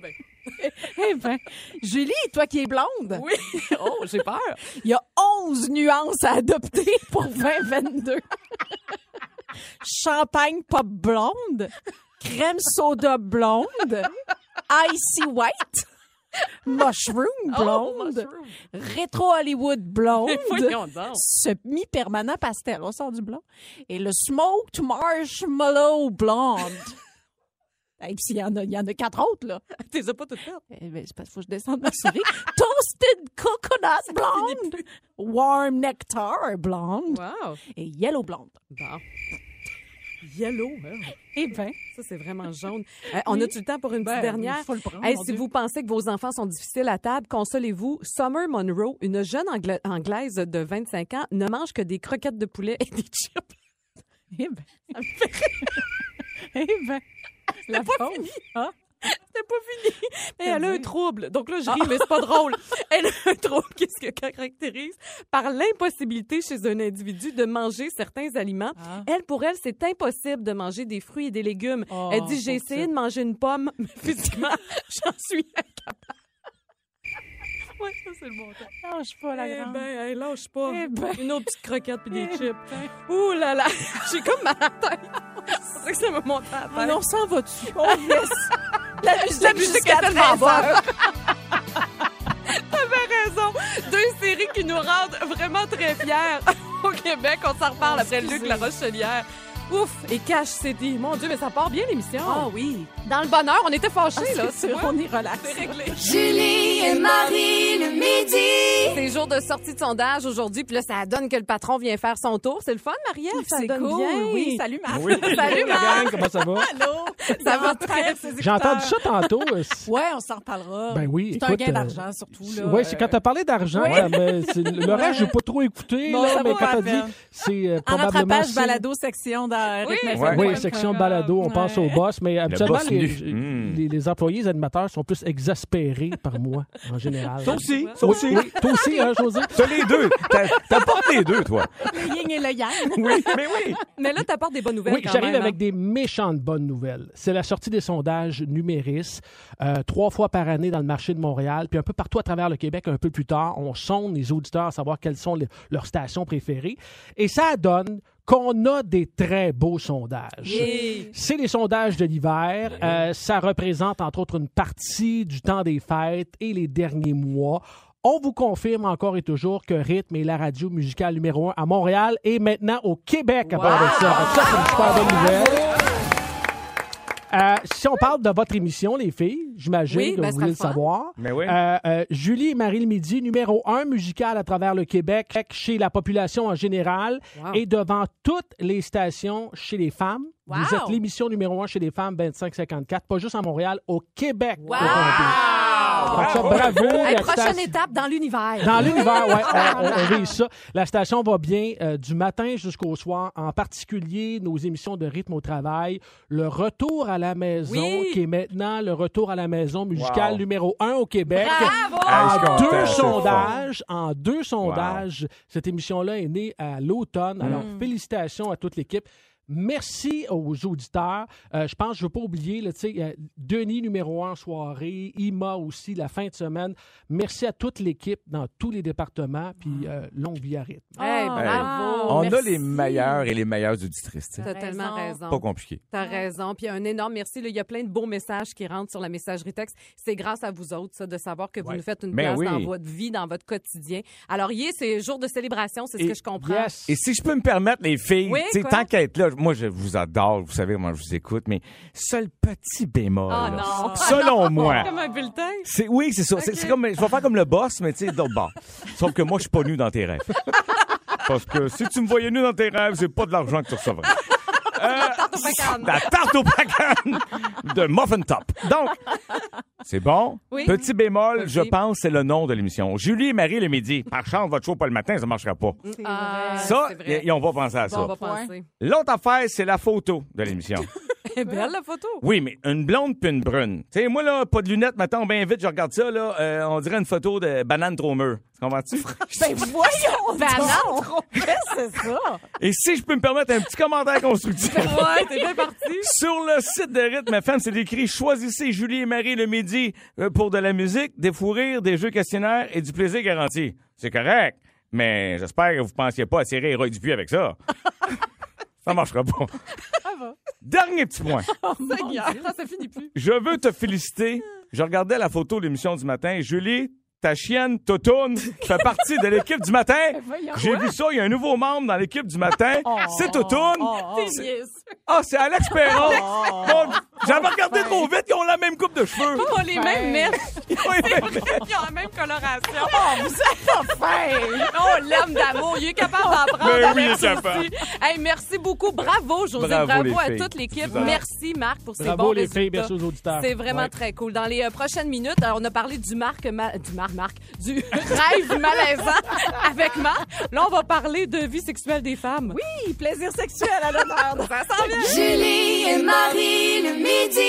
Speaker 4: ben.
Speaker 5: (laughs) Eh ben, Julie, toi qui es blonde, (laughs)
Speaker 4: Oui. Oh, j'ai peur.
Speaker 5: il y a 11 nuances à adopter (laughs) pour 2022. Champagne pop blonde, crème soda blonde, icy white, mushroom
Speaker 4: Oh,
Speaker 5: blonde, rétro Hollywood blonde,
Speaker 4: (laughs) Voyons donc.
Speaker 5: semi-permanent pastel, on sort du blond, et le smoked
Speaker 4: (laughs)
Speaker 5: marshmallow blonde. Et puis, il y, en a- il y en a quatre autres, là.
Speaker 4: T'es pas toutes faites.
Speaker 5: Eh ben, c'est parce qu'il faut que je descende ma souris. (laughs) Toasted coconut blonde. Warm nectar blonde.
Speaker 4: Wow.
Speaker 5: Et yellow blonde.
Speaker 4: Bon. Yellow, hein?
Speaker 5: Eh ben,
Speaker 4: Ça, c'est vraiment jaune. Euh, on a-tu le temps pour une petite
Speaker 5: Ben,
Speaker 4: dernière?
Speaker 5: il faut le prendre,
Speaker 4: Hey,
Speaker 5: mon
Speaker 4: si
Speaker 5: Dieu.
Speaker 4: vous pensez que vos enfants sont difficiles à table, consolez-vous. Summer Monroe, une jeune Angla- Anglaise de 25 ans, ne mange que des croquettes de poulet et des chips. (laughs)
Speaker 5: eh ben. eh ben. La pauvre. Ah.
Speaker 4: T'as pas vu fini.
Speaker 5: (laughs)
Speaker 4: Mais elle a un trouble. Donc là, je
Speaker 5: Ah.
Speaker 4: ris, mais c'est pas drôle. Elle a un trouble qui se caractérise par l'impossibilité chez un individu de manger certains aliments.
Speaker 5: Ah.
Speaker 4: Elle, pour elle, c'est impossible de manger des fruits et des légumes.
Speaker 5: Oh,
Speaker 4: elle dit, j'ai
Speaker 5: pauvre
Speaker 4: essayé
Speaker 5: type.
Speaker 4: de manger une pomme, (laughs) mais physiquement, j'en suis incapable. Ouais, ça, c'est le bon temps.
Speaker 5: Lâche pas (laughs) la
Speaker 4: Eh
Speaker 5: grande.
Speaker 4: ben, hey, lâche pas.
Speaker 5: Eh ben. Eh
Speaker 4: Une autre petite croquette puis des chips. Ouh là (laughs) là, j'ai comme mal à la tête. (laughs) C'est vrai que Ah ça me monte à la tête.
Speaker 5: on s'en va (laughs) dessus. On laisse. Oh, La musique,
Speaker 4: La musique est
Speaker 5: jusqu'à
Speaker 4: tellement
Speaker 5: 13
Speaker 4: bonne. (laughs)
Speaker 5: heures.
Speaker 4: raison. Deux séries qui nous rendent vraiment très fiers au Québec. On s'en reparle après Luc La Rochelière. Ouf, et cash CD. Mon Dieu, mais ça part bien l'émission.
Speaker 5: Ah oui.
Speaker 4: Dans le bonheur, on était fâchés, là.
Speaker 5: Ah, C'est
Speaker 4: tu
Speaker 5: sûr,
Speaker 4: vois.
Speaker 5: on est relax.
Speaker 4: C'est réglé.
Speaker 2: Julie et Marie le midi.
Speaker 4: C'est jour de sortie de sondage aujourd'hui, puis là, ça donne que le patron vient faire son tour. C'est le fun, Marielle? Ça
Speaker 5: C'est
Speaker 4: donne
Speaker 5: cool.
Speaker 4: bien.
Speaker 5: Oui, Ah, (laughs) salut Marc.
Speaker 9: Oui.
Speaker 4: (laughs) Salut,
Speaker 9: la
Speaker 4: Marc.
Speaker 9: gang, comment ça va?
Speaker 5: Allô.
Speaker 4: Ça va très bien.
Speaker 9: J'ai entendu ça tantôt.
Speaker 5: (laughs)
Speaker 9: euh, c-
Speaker 5: Ouais, on s'en reparlera.
Speaker 9: Ben oui,
Speaker 5: C'est un
Speaker 9: écoute,
Speaker 5: gain
Speaker 9: euh,
Speaker 5: d'argent, surtout. là.
Speaker 9: ouais, c'est
Speaker 5: Euh,
Speaker 9: quand t'as parlé d'argent,
Speaker 5: Oui.
Speaker 9: là, mais c'est- le reste, j'ai pas trop écouté,
Speaker 5: Non,
Speaker 9: là,
Speaker 5: ça
Speaker 9: mais
Speaker 5: vaut
Speaker 9: quand
Speaker 5: la
Speaker 9: t'as
Speaker 5: peine.
Speaker 9: dit, c'est euh,
Speaker 5: En
Speaker 9: probablement...
Speaker 5: rattrapage
Speaker 9: signe-
Speaker 5: balado section dans
Speaker 4: Oui.
Speaker 5: Rythme
Speaker 4: Ouais.
Speaker 5: FM.
Speaker 9: Oui, section balado, on passe au (laughs)
Speaker 5: Ouais.
Speaker 9: boss, mais absolument,
Speaker 10: boss
Speaker 9: les,
Speaker 10: nu. Mm.
Speaker 9: les- les employés les animateurs sont plus exaspérés par moi, en général.
Speaker 10: Toi aussi, toi
Speaker 9: Oui,
Speaker 10: aussi.
Speaker 9: oui, toi aussi, hein, José?
Speaker 10: T'as les deux. T'as- T'apportes les deux, toi.
Speaker 5: Le yin et le yang.
Speaker 10: Oui, mais oui.
Speaker 4: Mais là, t'apportes des bonnes nouvelles
Speaker 9: Oui,
Speaker 4: quand
Speaker 9: j'arrive
Speaker 4: même,
Speaker 9: avec
Speaker 4: hein.
Speaker 9: des méchantes bonnes nouvelles. C'est la sortie des sondages numéris, euh, trois fois par année dans le marché de Montréal, puis un peu partout à travers le Québec un peu plus tard. On sonde les auditeurs à savoir quelles sont les- leurs stations préférées. Et ça donne qu'on a des très beaux sondages. C'est les sondages de l'hiver.
Speaker 4: Eh
Speaker 9: Euh, ça représente entre autres une partie du temps des fêtes et les derniers mois. On vous confirme encore et toujours que Rythme est la radio musicale numéro un à Montréal et maintenant au Québec à part de ça. Fait que ça, c'est une super bonne nouvelle. Euh, si on parle de votre émission, les filles, j'imagine
Speaker 4: Oui,
Speaker 9: que
Speaker 4: ben,
Speaker 9: vous
Speaker 4: ce
Speaker 9: voulez le
Speaker 4: sera le fun.
Speaker 9: savoir.
Speaker 10: Mais oui.
Speaker 9: Euh, euh, Julie et Marie le Midi, numéro un musical à travers le Québec, chez la population en général
Speaker 4: Wow.
Speaker 9: et devant toutes les stations chez les femmes.
Speaker 5: Wow.
Speaker 9: Vous êtes l'émission numéro un chez les femmes 25-54, pas juste à Montréal, au Québec.
Speaker 4: Wow!
Speaker 9: Donc ça, bravo.
Speaker 4: Hey,
Speaker 9: la
Speaker 4: prochaine
Speaker 9: station-
Speaker 4: étape dans l'univers.
Speaker 9: dans l'univers, ouais, on, on- on vise ça. La station va bien euh, du matin jusqu'au soir, en particulier nos émissions de rythme au travail, le retour à la maison,
Speaker 4: Oui.
Speaker 9: qui est maintenant le retour à la maison musical
Speaker 10: Wow.
Speaker 9: numéro un au Québec.
Speaker 10: Ah, je suis
Speaker 9: En
Speaker 10: content,
Speaker 9: deux
Speaker 10: c'est
Speaker 9: sondages, en deux sondages, cette émission-là est née à l'automne. Alors,
Speaker 4: Mm.
Speaker 9: félicitations à toute l'équipe. Merci aux auditeurs. Euh, je pense, je ne veux pas oublier, là, tu sais, euh, Denis numéro un en soirée, Ima aussi la fin de semaine. Merci à toute l'équipe dans tous les départements,
Speaker 4: Ah.
Speaker 9: puis euh, longue vie à rythme.
Speaker 4: Hey, bravo.
Speaker 10: On a
Speaker 4: Merci.
Speaker 10: les meilleurs et les meilleures auditrices. tu sais.
Speaker 4: T'as tellement raison.
Speaker 10: Pas compliqué.
Speaker 4: T'as raison. Puis un énorme merci. là. Il y a plein de beaux messages qui rentrent sur la messagerie texte. C'est grâce à vous autres, ça, de savoir que vous
Speaker 9: Ouais.
Speaker 4: nous faites une
Speaker 10: Ben
Speaker 4: place
Speaker 10: oui.
Speaker 4: dans votre vie, dans votre quotidien. Alors, hier, c'est jour de célébration, c'est ce
Speaker 10: Et-
Speaker 4: que je comprends.
Speaker 9: Yes.
Speaker 10: Et si je peux me permettre, les filles,
Speaker 4: Oui,
Speaker 10: tu sais,
Speaker 4: quoi?
Speaker 10: tant qu'à être là, moi, je vous adore, vous savez comment je vous écoute, mais seul petit bémol,
Speaker 4: Ah,
Speaker 10: là,
Speaker 4: non.
Speaker 10: selon moi,
Speaker 4: Comme un bulletin.
Speaker 10: c'est oui, c'est ça. C'est- C'est comme, je vais faire comme le boss, mais tu sais, d'autre bord. Sauf que moi, je suis pas nu dans tes rêves. Parce que si tu me voyais nu dans tes rêves, c'est pas de l'argent que
Speaker 4: (laughs)
Speaker 10: tu recevrais. Euh,
Speaker 4: Bacane.
Speaker 10: La tarte au bacon de Muffin Top. Donc, c'est bon.
Speaker 4: Oui.
Speaker 10: Petit bémol, je
Speaker 4: Vas-y.
Speaker 10: pense, c'est le nom de l'émission. Julie et Marie le midi. Par chance, votre show pas le matin, ça marchera pas.
Speaker 4: Ah,
Speaker 10: ça,
Speaker 4: c'est vrai.
Speaker 10: y- y- on va penser à
Speaker 4: Bon,
Speaker 10: ça.
Speaker 4: on va penser.
Speaker 10: L'autre affaire, c'est la photo de l'émission.
Speaker 4: (laughs) Elle est belle, la photo.
Speaker 10: Oui, mais une blonde puis une brune. Tu sais, moi, là, pas de lunettes, mettons, bien vite, je regarde ça, là, euh, on dirait une photo de banane trop mûre. Tu
Speaker 4: (laughs)
Speaker 10: comprends-tu?
Speaker 5: Ben voyons
Speaker 4: Ben non.
Speaker 5: c'est ça.
Speaker 10: Et si je peux me permettre un
Speaker 4: (laughs)
Speaker 10: petit commentaire constructif.
Speaker 5: (laughs)
Speaker 4: Ouais, t'es bien parti.
Speaker 10: Sur le site de Rythme FM, c'est écrit Choisissez Julie et Marie le midi euh, pour de la musique, des fous rires, des jeux questionnaires et du plaisir garanti. C'est correct, mais j'espère que vous ne pensiez pas à tirer Héroïque Dupuis
Speaker 4: (laughs)
Speaker 10: avec ça. ça marchera pas. Dernier petit point.
Speaker 4: Seigneur, ça finit plus.
Speaker 10: Je veux te féliciter. Je regardais la photo de l'émission du matin. Julie, ta chienne Totoune fait partie de l'équipe du matin. J'ai vu ça, il y a un nouveau membre dans l'équipe du matin. C'est Totoune.
Speaker 4: Oh.
Speaker 10: C'est- Ah, c'est Alex Perron. Bon, J'avais regardé trop vite, ils ont la même coupe de cheveux.
Speaker 4: On les mêmes merde.
Speaker 10: Ils ont les mêmes-
Speaker 4: Ils ont la même coloration. Oh, vous êtes fin. Oh, l'homme d'amour, il est capable d'en prendre.
Speaker 10: Ben oui, il est
Speaker 4: Alex,
Speaker 10: capable.
Speaker 4: aussi. Hey, merci beaucoup. Bravo, José. Bravo,
Speaker 10: Bravo, les
Speaker 4: à
Speaker 10: filles.
Speaker 4: toute l'équipe.
Speaker 10: Vous avez-
Speaker 4: Merci, Marc, pour ces
Speaker 9: Bravo
Speaker 4: bons
Speaker 9: les
Speaker 4: résultats.
Speaker 9: filles, merci aux auditeurs.
Speaker 4: C'est vraiment
Speaker 9: Ouais.
Speaker 4: très cool. Dans les euh, prochaines minutes, alors, on a parlé du Marc, ma- du Marc, Marc, du (laughs) rêve malaisant avec Marc. Là, on va parler de vie sexuelle des femmes. Oui,
Speaker 5: Plaisir sexuel à l'honneur.
Speaker 4: ça s'en vient.
Speaker 2: Julie et Marie le midi.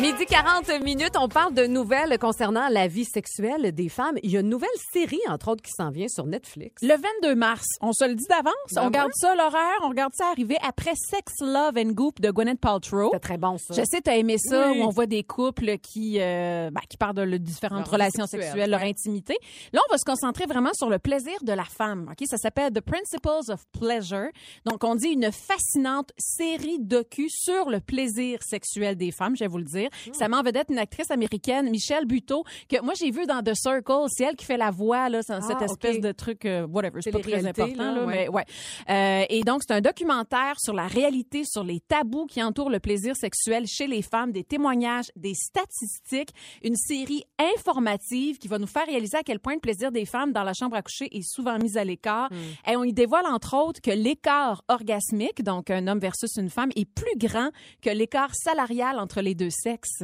Speaker 4: Midi 40 minutes, on parle de nouvelles concernant la vie sexuelle des femmes. Il y a une nouvelle série, entre autres, qui s'en vient sur Netflix.
Speaker 5: Le 22 mars, on se le dit d'avance, on
Speaker 4: Vraiment?
Speaker 5: garde ça l'horaire, on garde ça arriver après Sex, Love and Goop de Gwyneth Paltrow.
Speaker 4: C'est très bon, ça.
Speaker 5: Oh! Je sais, t'as aimé ça,
Speaker 4: Oui.
Speaker 5: où on voit des couples qui, euh, ben, qui parlent de le- différentes
Speaker 4: Leur vie
Speaker 5: relations
Speaker 4: sexuelle,
Speaker 5: sexuelles, leur intimité. Là, on va se concentrer vraiment sur le plaisir de la femme. Ok, Ça s'appelle The Principles of Pleasure. Donc, on dit une fascinante série docu sur le plaisir sexuel des femmes, je vais vous le dire.
Speaker 4: Hmm.
Speaker 5: Ça m'en vedette une actrice américaine, Michelle Buteau, que moi, j'ai vu dans The Circle. C'est elle qui fait la voix, là, dans
Speaker 4: Ah,
Speaker 5: cette espèce
Speaker 4: ok.
Speaker 5: de truc, euh, whatever, c'est pas très
Speaker 4: Télé-réalité,
Speaker 5: important,
Speaker 4: là,
Speaker 5: là,
Speaker 4: ouais.
Speaker 5: mais Ouais. Euh, et donc, c'est un documentaire sur la réalité, sur les tabous qui entourent le plaisir sexuel chez les femmes, des témoignages, des statistiques, une série informative qui va nous faire réaliser à quel point le plaisir des femmes dans la chambre à coucher est souvent mis à l'écart.
Speaker 4: Hmm.
Speaker 5: Et on y dévoile, entre autres, que l'écart orgasmique, donc un homme versus une femme, est plus grand que l'écart salarial entre les deux sexes.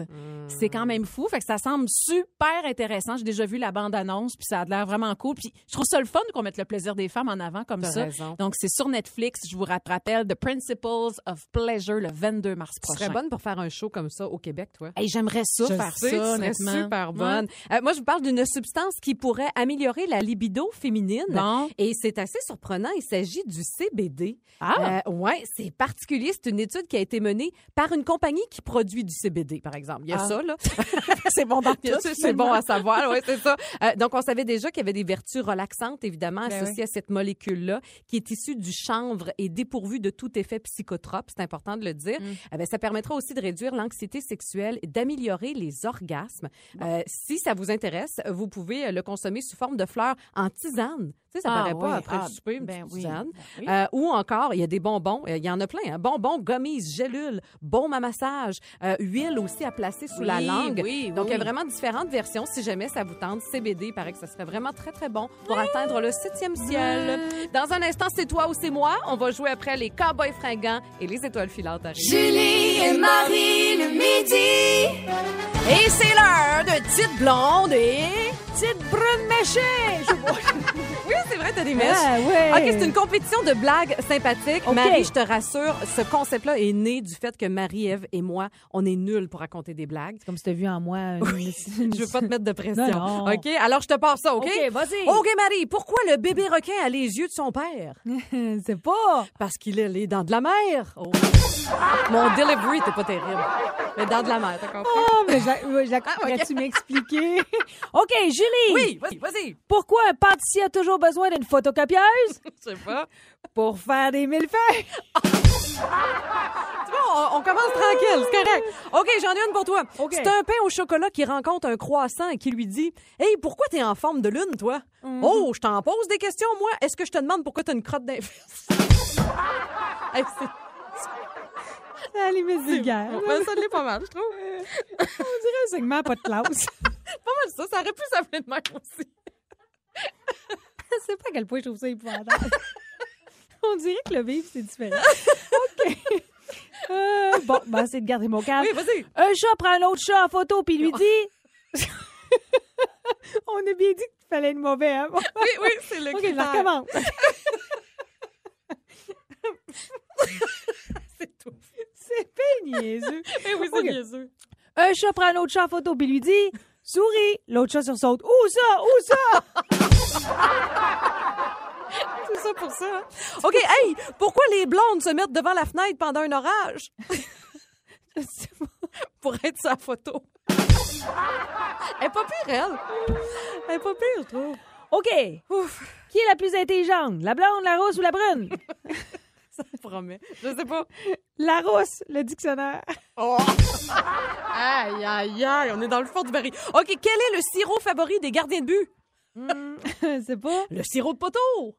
Speaker 5: C'est quand même fou. Fait que ça semble super intéressant. J'ai déjà vu la bande-annonce, puis ça a l'air vraiment cool. Puis je trouve ça le fun qu'on mette le plaisir des femmes en avant comme
Speaker 4: T'as
Speaker 5: ça.
Speaker 4: raison.
Speaker 5: Donc, c'est sur Netflix. Je vous rappelle The Principles of Pleasure le 22 mars
Speaker 4: Tu
Speaker 5: prochain.
Speaker 4: serais bonne pour faire un show comme ça au Québec, toi.
Speaker 5: Hey, J'aimerais ça
Speaker 4: Je
Speaker 5: faire
Speaker 4: sais, tu
Speaker 5: ça,
Speaker 4: serais
Speaker 5: honnêtement.
Speaker 4: super
Speaker 5: Ouais.
Speaker 4: bonne. Euh, moi, je vous parle d'une substance qui pourrait améliorer la libido féminine.
Speaker 5: Bon.
Speaker 4: Et c'est assez surprenant. Il s'agit du CBD.
Speaker 5: Ah!
Speaker 4: Euh, ouais, c'est particulier. C'est une étude qui a été menée par une compagnie qui produit du CBD, par exemple. Il y a
Speaker 5: Ah.
Speaker 4: ça, là.
Speaker 5: c'est bon (laughs) dans
Speaker 4: Il y a
Speaker 5: tout,
Speaker 4: ça, (laughs) c'est
Speaker 5: finalement.
Speaker 4: bon à (laughs) savoir, oui, c'est ça. Euh, donc, on savait déjà qu'il y avait des vertus relaxantes, évidemment,
Speaker 5: Ben
Speaker 4: associées à cette molécule-là, qui est issue du chanvre et dépourvue de tout effet psychotrope. C'est important de le dire.
Speaker 5: Mm.
Speaker 4: Euh, ben, ça permettra aussi de réduire l'anxiété sexuelle et d'améliorer les orgasmes. Euh, si ça vous intéresse, vous pouvez euh, le consommer sous forme de fleurs en tisane. Tu sais, ça
Speaker 5: Ah
Speaker 4: paraît
Speaker 5: oui,
Speaker 4: pas après
Speaker 5: ah,
Speaker 4: le souper, une
Speaker 5: ben
Speaker 4: petite
Speaker 5: oui,
Speaker 4: tisane.
Speaker 5: ben oui.
Speaker 4: Euh, ou encore, il y a des bonbons. euh, Il y en a plein. Hein? Bonbons, gommises, gélules, baumes à massage, euh, huile aussi à placer sous la
Speaker 5: Oui,
Speaker 4: langue.
Speaker 5: oui,
Speaker 4: Donc, il y a
Speaker 5: oui.
Speaker 4: vraiment différentes versions. Si jamais ça vous tente, CBD, il paraît que ça serait vraiment très, très bon pour atteindre le septième ciel. Dans un instant, c'est toi ou c'est moi. On va jouer après les cowboys fringants et les étoiles filantes arrivent.
Speaker 2: Julie et Marie le midi.
Speaker 4: Et c'est l'heure de petite blonde et petite brune méchée. Je vois. oui, c'est vrai, t'as des mèches.
Speaker 5: Ah, ouais.
Speaker 4: OK, c'est une compétition de blagues sympathiques.
Speaker 5: OK.
Speaker 4: Marie, je te rassure, ce concept-là est né du fait que Marie-Ève et moi, on est nuls pour raconter des blagues.
Speaker 11: Comme si t'as vu en moi une... (laughs)
Speaker 4: Je veux pas te mettre de pression.
Speaker 11: Non, non.
Speaker 4: OK, alors je te passe ça, OK? Oh.
Speaker 11: OK, vas-y.
Speaker 4: OK, Marie, pourquoi le bébé requin a les yeux de son père?
Speaker 11: Euh, C'est pas...
Speaker 4: Parce qu'il a les dents de la mer. Oh. Mon delivery, t'es pas terrible. Mais dents de la mer, t'as compris?
Speaker 11: Ah, mais je la- je la tu m'expliquer? (laughs) OK, Julie!
Speaker 4: Oui, vas-y, vas-y.
Speaker 11: Pourquoi un pâtissier a toujours besoin d'une photocopieuse?
Speaker 4: (laughs) Je sais pas.
Speaker 11: Pour faire des
Speaker 4: (laughs)
Speaker 11: millefeuilles.
Speaker 4: Bon, on, on commence tranquille, c'est correct. OK, j'en ai une pour toi.
Speaker 11: OK.
Speaker 4: C'est un pain au chocolat qui rencontre un croissant et qui lui dit Hey, pourquoi t'es en forme de lune, toi Oh, je t'en pose des questions, moi. Est-ce que je te demande pourquoi t'as une crotte d'un (laughs)
Speaker 11: Ça limite vulgaire.
Speaker 4: Ben, ça l'est pas mal, je trouve.
Speaker 11: On dirait un segment pas de
Speaker 4: (laughs)
Speaker 11: classe.
Speaker 4: Pas mal ça, ça aurait pu s'appeler de même aussi.
Speaker 11: Je sais pas à quel point je trouve ça épouvantable. On dirait que le vivre, c'est
Speaker 4: (laughs)
Speaker 11: différent. OK. Euh, bon, ben, c'est de garder mon calme.
Speaker 4: Oui, vas-y.
Speaker 11: Un chat prend un autre chat en photo (laughs) puis lui dit. On a bien dit qu'il fallait être mauvais. (laughs) Hein?
Speaker 4: Oui, oui, c'est le
Speaker 11: ok, je
Speaker 4: critère.
Speaker 11: la (laughs) recommence.
Speaker 4: C'est tout.
Speaker 11: C'est pas (laughs) niaiseux.
Speaker 4: Eh oui, c'est
Speaker 11: Ok.
Speaker 4: niaiseux.
Speaker 11: Un chat prend un autre chat en photo puis lui dit Souris. L'autre chat sursaute. Où ça? Où ça?
Speaker 4: (laughs) Tout ça pour ça. hein. OK, hey, pourquoi les blondes se mettent devant la fenêtre pendant un orage? (laughs) Je sais pas. Pour être sa photo. (laughs) elle est pas pire, elle. Elle est pas pire, je trouve.
Speaker 11: OK. Qui est la plus intelligente? La blonde, la rousse ou la brune?
Speaker 4: (laughs) Ça me promet. Je sais pas.
Speaker 11: la rousse, le dictionnaire.
Speaker 4: Aïe, aïe, aïe, on est dans le fond du baril. OK, quel est le sirop favori des gardiens de but? Mhm. (laughs)
Speaker 11: c'est pas.
Speaker 4: Le sirop de poteau.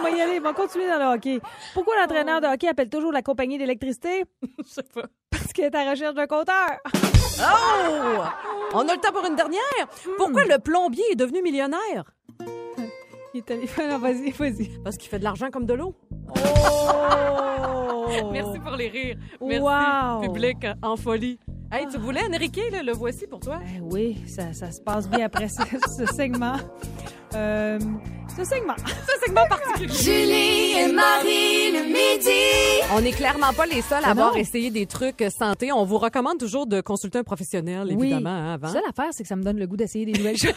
Speaker 11: Moi, y aller, on va continuer dans le hockey. Pourquoi l'entraîneur de hockey appelle toujours la compagnie d'électricité?
Speaker 4: (laughs) Je sais pas.
Speaker 11: Parce qu'il est à la recherche d'un compteur.
Speaker 4: Oh! On a le temps pour une dernière. Pourquoi le plombier est devenu millionnaire?
Speaker 11: Il téléphone, non, vas-y, vas-y.
Speaker 4: Parce qu'il fait de l'argent comme de l'eau.
Speaker 11: Oh!
Speaker 4: Merci pour les rires. Merci,
Speaker 11: Merci, Wow.
Speaker 4: public
Speaker 11: public
Speaker 4: en folie. Hey, tu Eh voulais, Enrique, là, le voici pour toi.
Speaker 11: Ben oui, ça, ça se passe bien après ce, ce segment.
Speaker 5: Euh,
Speaker 4: (laughs)
Speaker 5: ce segment. ce segment particulier.
Speaker 12: Julie et Marie le midi.
Speaker 4: On n'est clairement pas les seuls à avoir essayé des trucs euh, santé. On vous recommande toujours de consulter un professionnel, évidemment, hein, avant.
Speaker 5: La seule affaire, c'est que ça me donne le goût d'essayer des nouvelles (laughs) choses,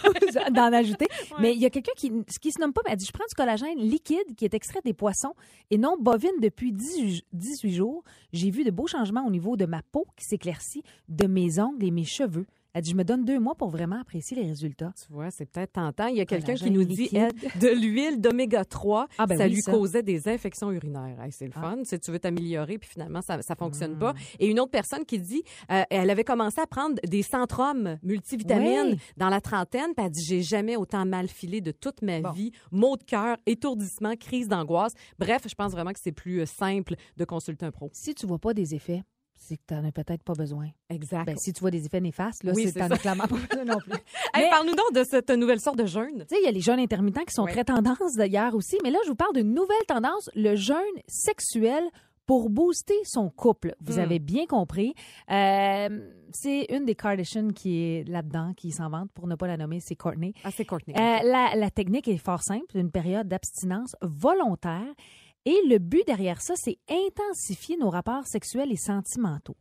Speaker 5: d'en ajouter. Mais il y a quelqu'un qui, ce qui se nomme pas, mais elle dit, je prends du collagène liquide qui est extrait des poissons et non bovine depuis 18 18 jours. J'ai vu de beaux changements au niveau de ma peau qui s'éclaircit, de mes ongles et mes cheveux. Elle dit, je me donne deux mois pour vraiment apprécier les résultats.
Speaker 4: Tu vois, c'est peut-être tentant. Il y a quelqu'un qui
Speaker 5: Collagène
Speaker 4: nous dit
Speaker 5: liquide.
Speaker 4: elle, de l'huile d'oméga 3,
Speaker 5: Ah, ben
Speaker 4: ça Ah.
Speaker 5: oui,
Speaker 4: lui
Speaker 5: ça.
Speaker 4: causait des infections urinaires. Hey, c'est le fun. Si tu veux t'améliorer, puis finalement, ça ne fonctionne pas. Et une autre personne qui dit euh, elle avait commencé à prendre des centrums multivitamines
Speaker 5: Oui.
Speaker 4: dans la trentaine, puis elle dit j'ai jamais autant mal filé de toute ma
Speaker 5: Bon.
Speaker 4: vie. Maux de cœur, étourdissement, crise d'angoisse. Bref, je pense vraiment que c'est plus euh, simple de consulter un pro.
Speaker 5: Si tu vois pas des effets, c'est que tu n'en as peut-être pas besoin.
Speaker 4: Exact.
Speaker 5: Ben, si tu vois des effets néfastes, là,
Speaker 4: Oui,
Speaker 5: c'est
Speaker 4: c'est
Speaker 5: que t'en
Speaker 4: ça.
Speaker 5: as clairement pas besoin non plus.
Speaker 4: Hey,
Speaker 5: Mais-
Speaker 4: Parle-nous donc de cette nouvelle sorte de jeûne.
Speaker 5: Tu sais, il y a les jeunes intermittents qui sont
Speaker 4: Oui.
Speaker 5: très tendance d'ailleurs aussi, mais là, je vous parle d'une nouvelle tendance, le jeûne sexuel pour booster son couple. Vous
Speaker 4: Hmm.
Speaker 5: avez bien compris. Euh, c'est une des Kardashian qui est là-dedans, qui s'en vante, pour ne pas la nommer, c'est Courtney.
Speaker 4: Ah, c'est Courtney.
Speaker 5: Euh, la, la technique est fort simple, une période d'abstinence volontaire. Et le but derrière ça, c'est intensifier nos rapports sexuels et sentimentaux.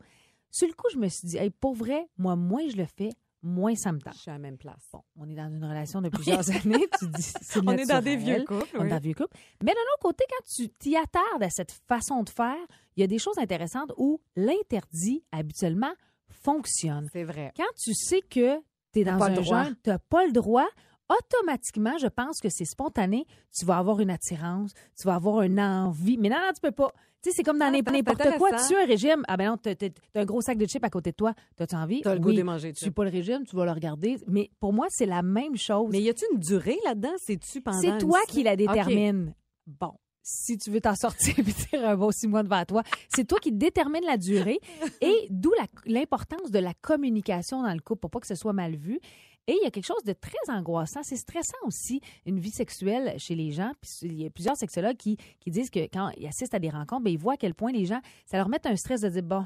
Speaker 5: Sur le coup, je me suis dit, Hey, pour vrai, moi, moins je le fais, moins ça me
Speaker 4: Je
Speaker 5: tâche.
Speaker 4: suis à la même place.
Speaker 5: On est dans une relation de plusieurs années, tu dis, c'est
Speaker 4: (laughs) On est dans des
Speaker 5: naturel.
Speaker 4: vieux couples.
Speaker 5: On est
Speaker 4: oui.
Speaker 5: dans le vieux couple. Mais d'un autre côté, quand tu t'y attardes à cette façon de faire, il y a des choses intéressantes où l'interdit habituellement fonctionne.
Speaker 4: C'est vrai.
Speaker 5: Quand tu sais que tu es dans
Speaker 4: pas le
Speaker 5: un
Speaker 4: droit.
Speaker 5: genre, tu n'as pas le droit, automatiquement, je pense que c'est spontané, tu vas avoir une attirance, tu vas avoir une envie. Mais non, non, tu peux pas. Tu sais, c'est comme dans
Speaker 4: Ah,
Speaker 5: n'im-
Speaker 4: c'est
Speaker 5: n'importe quoi. Tu
Speaker 4: intéressant.
Speaker 5: suis un régime. Ah ben non, t'as t'as un gros sac de chips à côté de toi. T'as-tu envie?
Speaker 4: T'as le goût
Speaker 5: Oui.
Speaker 4: de manger.
Speaker 5: Tu suis pas le régime, tu vas le regarder. Mais pour moi, c'est la même chose.
Speaker 4: Mais y a-tu une durée là-dedans? C'est-tu pendant
Speaker 5: C'est
Speaker 4: une
Speaker 5: toi
Speaker 4: semaine?
Speaker 5: qui la
Speaker 4: OK.
Speaker 5: détermine. Bon. Si tu veux t'en (laughs) sortir et dire un bon six mois devant toi, c'est toi qui détermine
Speaker 4: (laughs)
Speaker 5: la durée et d'où la- l'importance de la communication dans le couple pour pas que ce soit mal vu. Et il y a quelque chose de très angoissant, c'est stressant aussi, une vie sexuelle chez les gens. Puis il y a plusieurs sexologues qui, qui disent que quand ils assistent à des rencontres, ben, ils voient à quel point les gens, ça leur met un stress de dire, bon,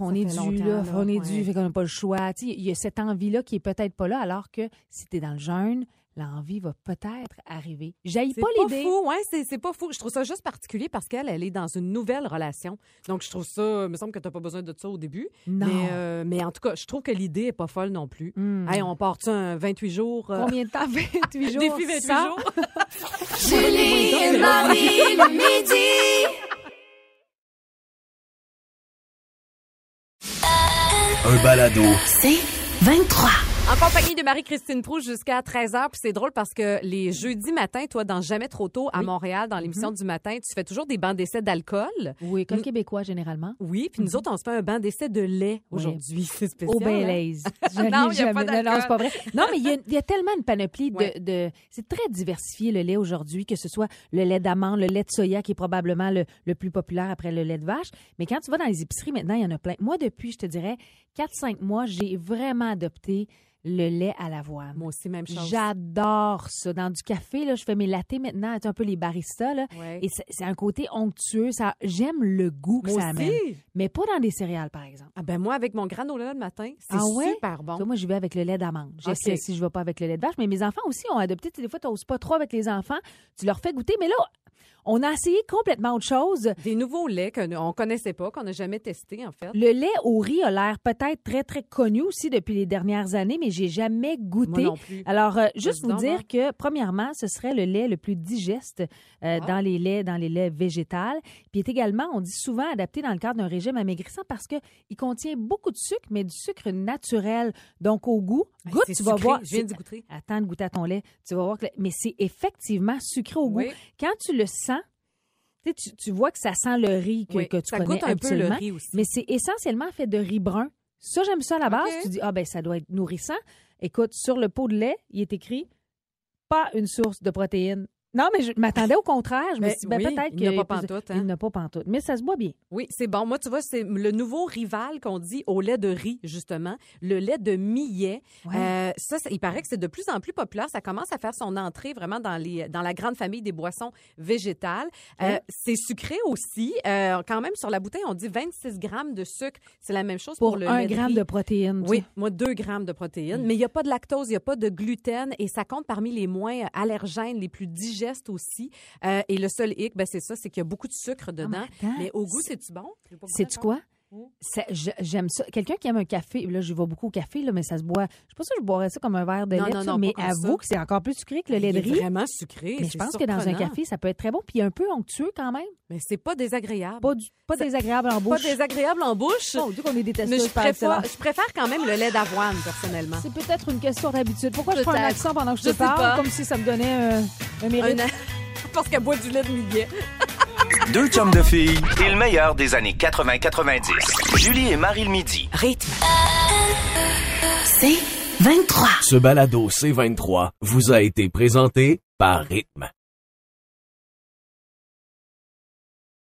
Speaker 5: on
Speaker 4: Ça
Speaker 5: est
Speaker 4: fait
Speaker 5: dû,
Speaker 4: longtemps,
Speaker 5: là,
Speaker 4: là,
Speaker 5: on
Speaker 4: ouais.
Speaker 5: est dû, fait qu'on n'a pas le choix. Tu sais, Il y a cette envie-là qui est peut-être pas là, alors que si tu es dans le jeûne, l'envie va peut-être arriver. J'aille
Speaker 4: C'est
Speaker 5: pas
Speaker 4: pas,
Speaker 5: l'idée.
Speaker 4: fou, ouais, c'est, c'est pas fou. Je trouve ça juste particulier parce qu'elle, elle est dans une nouvelle relation. Donc, je trouve ça, il me semble que t'as pas besoin de ça au début.
Speaker 5: Non.
Speaker 4: Mais, euh, mais en tout cas, je trouve que l'idée est pas folle non plus.
Speaker 5: Hmm.
Speaker 4: Hey, on part-tu un 28 jours? euh,
Speaker 5: Combien de temps?
Speaker 4: (laughs)
Speaker 5: 28 jours.
Speaker 4: défi 28
Speaker 5: 100?
Speaker 4: jours?
Speaker 12: Julie et Marie le midi.
Speaker 1: Un balado.
Speaker 12: C'est 23.
Speaker 4: En compagnie de Marie-Christine Proust jusqu'à 13h. Puis c'est drôle parce que les jeudis matins, toi, dans Jamais trop tôt, à Montréal, dans l'émission du matin, tu fais toujours des bancs d'essai d'alcool.
Speaker 5: Oui, comme
Speaker 4: Nous-
Speaker 5: québécois, généralement.
Speaker 4: Oui, mm-hmm. puis nous autres, on se fait un banc d'essai de lait
Speaker 5: Oui.
Speaker 4: aujourd'hui. (laughs) C'est spécial.
Speaker 5: Au
Speaker 4: hein?
Speaker 5: Belize. Je
Speaker 4: (laughs)
Speaker 5: l'ai
Speaker 4: Non, il y a pas
Speaker 5: jamais- Non, non, c'est pas vrai. Non, mais il y, a- il y a tellement une panoplie de...
Speaker 4: Ouais.
Speaker 5: de- c'est très diversifié, le lait, aujourd'hui, que ce soit le lait d'amande, le lait de soya, qui est probablement le, le plus populaire après le lait de vache. Mais quand tu vas dans les épiceries, maintenant, il y en a plein. Moi, depuis, je te dirais, 4-5 mois, j'ai vraiment adopté le lait à l'avoine.
Speaker 4: Moi aussi, même chose.
Speaker 5: J'adore ça. Dans du café, là, je fais mes latés maintenant, tu sais, un peu les baristas. Là,
Speaker 4: Ouais.
Speaker 5: Et c'est c'est un côté onctueux. Ça, j'aime le goût que
Speaker 4: Moi
Speaker 5: ça amène.
Speaker 4: aussi.
Speaker 5: Mais pas dans des céréales, par exemple.
Speaker 4: Ah ben moi, avec mon granola le matin, c'est
Speaker 5: Ah ouais?
Speaker 4: super
Speaker 5: Tu vois,
Speaker 4: bon.
Speaker 5: moi, je vais avec le lait d'amande. J'essaie
Speaker 4: Ok.
Speaker 5: si je ne vais pas avec le lait de vache. Mais mes enfants aussi ont adopté. Tu sais, des fois, tu n'oses pas trop avec les enfants. Tu leur fais goûter. Mais là, on a essayé complètement autre chose.
Speaker 4: Des nouveaux laits qu'on connaissait pas, qu'on n'a jamais testé en fait.
Speaker 5: Le lait au riz a l'air peut-être très, très connu aussi depuis les dernières années, mais j'ai jamais
Speaker 4: Moi
Speaker 5: goûté.
Speaker 4: non plus.
Speaker 5: Alors, euh,
Speaker 4: Vas-y
Speaker 5: juste vous
Speaker 4: donc,
Speaker 5: dire
Speaker 4: hein.
Speaker 5: que, premièrement, ce serait le lait le plus digeste
Speaker 4: Ah.
Speaker 5: euh, dans les laits, dans les laits végétales. Puis est également, on dit souvent adapté dans le cadre d'un régime amaigrissant parce que il contient beaucoup de sucre, mais du sucre naturel. Donc, au goût,
Speaker 4: Hey,
Speaker 5: goûte,
Speaker 4: Ben, c'est
Speaker 5: tu vas
Speaker 4: sucré.
Speaker 5: voir.
Speaker 4: Je viens
Speaker 5: c'est-
Speaker 4: de goûter.
Speaker 5: Attends de goûter à ton lait, tu vas voir que... le- Mais c'est effectivement sucré au
Speaker 4: Oui.
Speaker 5: goût. Quand tu le sens, tu, sais, tu- tu vois que ça sent le riz que,
Speaker 4: Oui.
Speaker 5: que tu
Speaker 4: ça
Speaker 5: connais
Speaker 4: goûte un peu le
Speaker 5: habituellement.
Speaker 4: riz aussi.
Speaker 5: Mais c'est essentiellement fait de riz brun. Ça, j'aime ça à la base.
Speaker 4: Ok.
Speaker 5: Tu dis, ah ben ça doit être nourrissant. Écoute, sur le pot de lait, il est écrit, pas une source de protéines Non, mais je m'attendais au contraire. Je me
Speaker 4: Ben
Speaker 5: suis dit, ben,
Speaker 4: oui,
Speaker 5: peut-être
Speaker 4: il n'y a
Speaker 5: que-
Speaker 4: pas pantoute, hein.
Speaker 5: Il n'a pas pantoute. Mais ça se boit bien.
Speaker 4: Oui, c'est bon. Moi, tu vois, c'est le nouveau rival qu'on dit au lait de riz, justement, le lait de millet.
Speaker 5: Ouais.
Speaker 4: Euh, ça, ça- il paraît que c'est de plus en plus populaire. Ça commence à faire son entrée vraiment dans, les, dans la grande famille des boissons végétales. Euh, c'est sucré aussi. Euh, quand même, sur la bouteille, on dit 26 grammes de sucre. C'est la même chose pour,
Speaker 5: Pour
Speaker 4: le
Speaker 5: un
Speaker 4: lait
Speaker 5: gramme
Speaker 4: riz.
Speaker 5: de protéines. tu
Speaker 4: Oui,
Speaker 5: sais.
Speaker 4: moi, 2 grammes de protéines.
Speaker 5: Mm.
Speaker 4: Mais il n'y a pas de lactose, il n'y a pas de gluten et ça compte parmi les moins euh, allergènes, les plus digestes aussi. Euh, et le seul hic, ben, c'est ça, c'est qu'il y a beaucoup de sucre dedans.
Speaker 5: Ah, mais attends.
Speaker 4: mais au goût, c'est-tu bon?
Speaker 5: Sais-tu quoi? Ça- je- J'aime ça. Quelqu'un qui aime un café, là, je vais beaucoup au café, là, mais ça se boit. Je sais pas si je boirais ça comme un verre de
Speaker 4: Non,
Speaker 5: lait,
Speaker 4: non,
Speaker 5: ça,
Speaker 4: non,
Speaker 5: mais
Speaker 4: pas comme ça.
Speaker 5: avoue que c'est encore plus sucré que le lait
Speaker 4: Il
Speaker 5: de
Speaker 4: est
Speaker 5: riz.
Speaker 4: vraiment sucré.
Speaker 5: Mais
Speaker 4: c'est
Speaker 5: je pense que dans un
Speaker 4: surprenant.
Speaker 5: café, ça peut être très bon, puis un peu onctueux quand même.
Speaker 4: Mais c'est pas désagréable.
Speaker 5: Pas, du- pas désagréable en
Speaker 4: Pas
Speaker 5: bouche.
Speaker 4: désagréable en bouche.
Speaker 5: Mon Dieu, qu'on est détesté.
Speaker 4: mais je préfère, je préfère quand même le lait d'avoine, personnellement.
Speaker 5: C'est peut-être une question d'habitude. Pourquoi je
Speaker 4: Peut-être.
Speaker 5: prends un accent pendant que je,
Speaker 4: Je
Speaker 5: te
Speaker 4: sais pas.
Speaker 5: parle, comme si ça me donnait euh, un mérite?
Speaker 4: Un- (laughs) Parce qu'elle boit du lait de millet.
Speaker 3: Deux chums de filles et le meilleur des années 80-90. Julie et Marie le midi.
Speaker 13: Rythme. C'est 23.
Speaker 1: Ce balado C23 vous a été présenté par Rythme.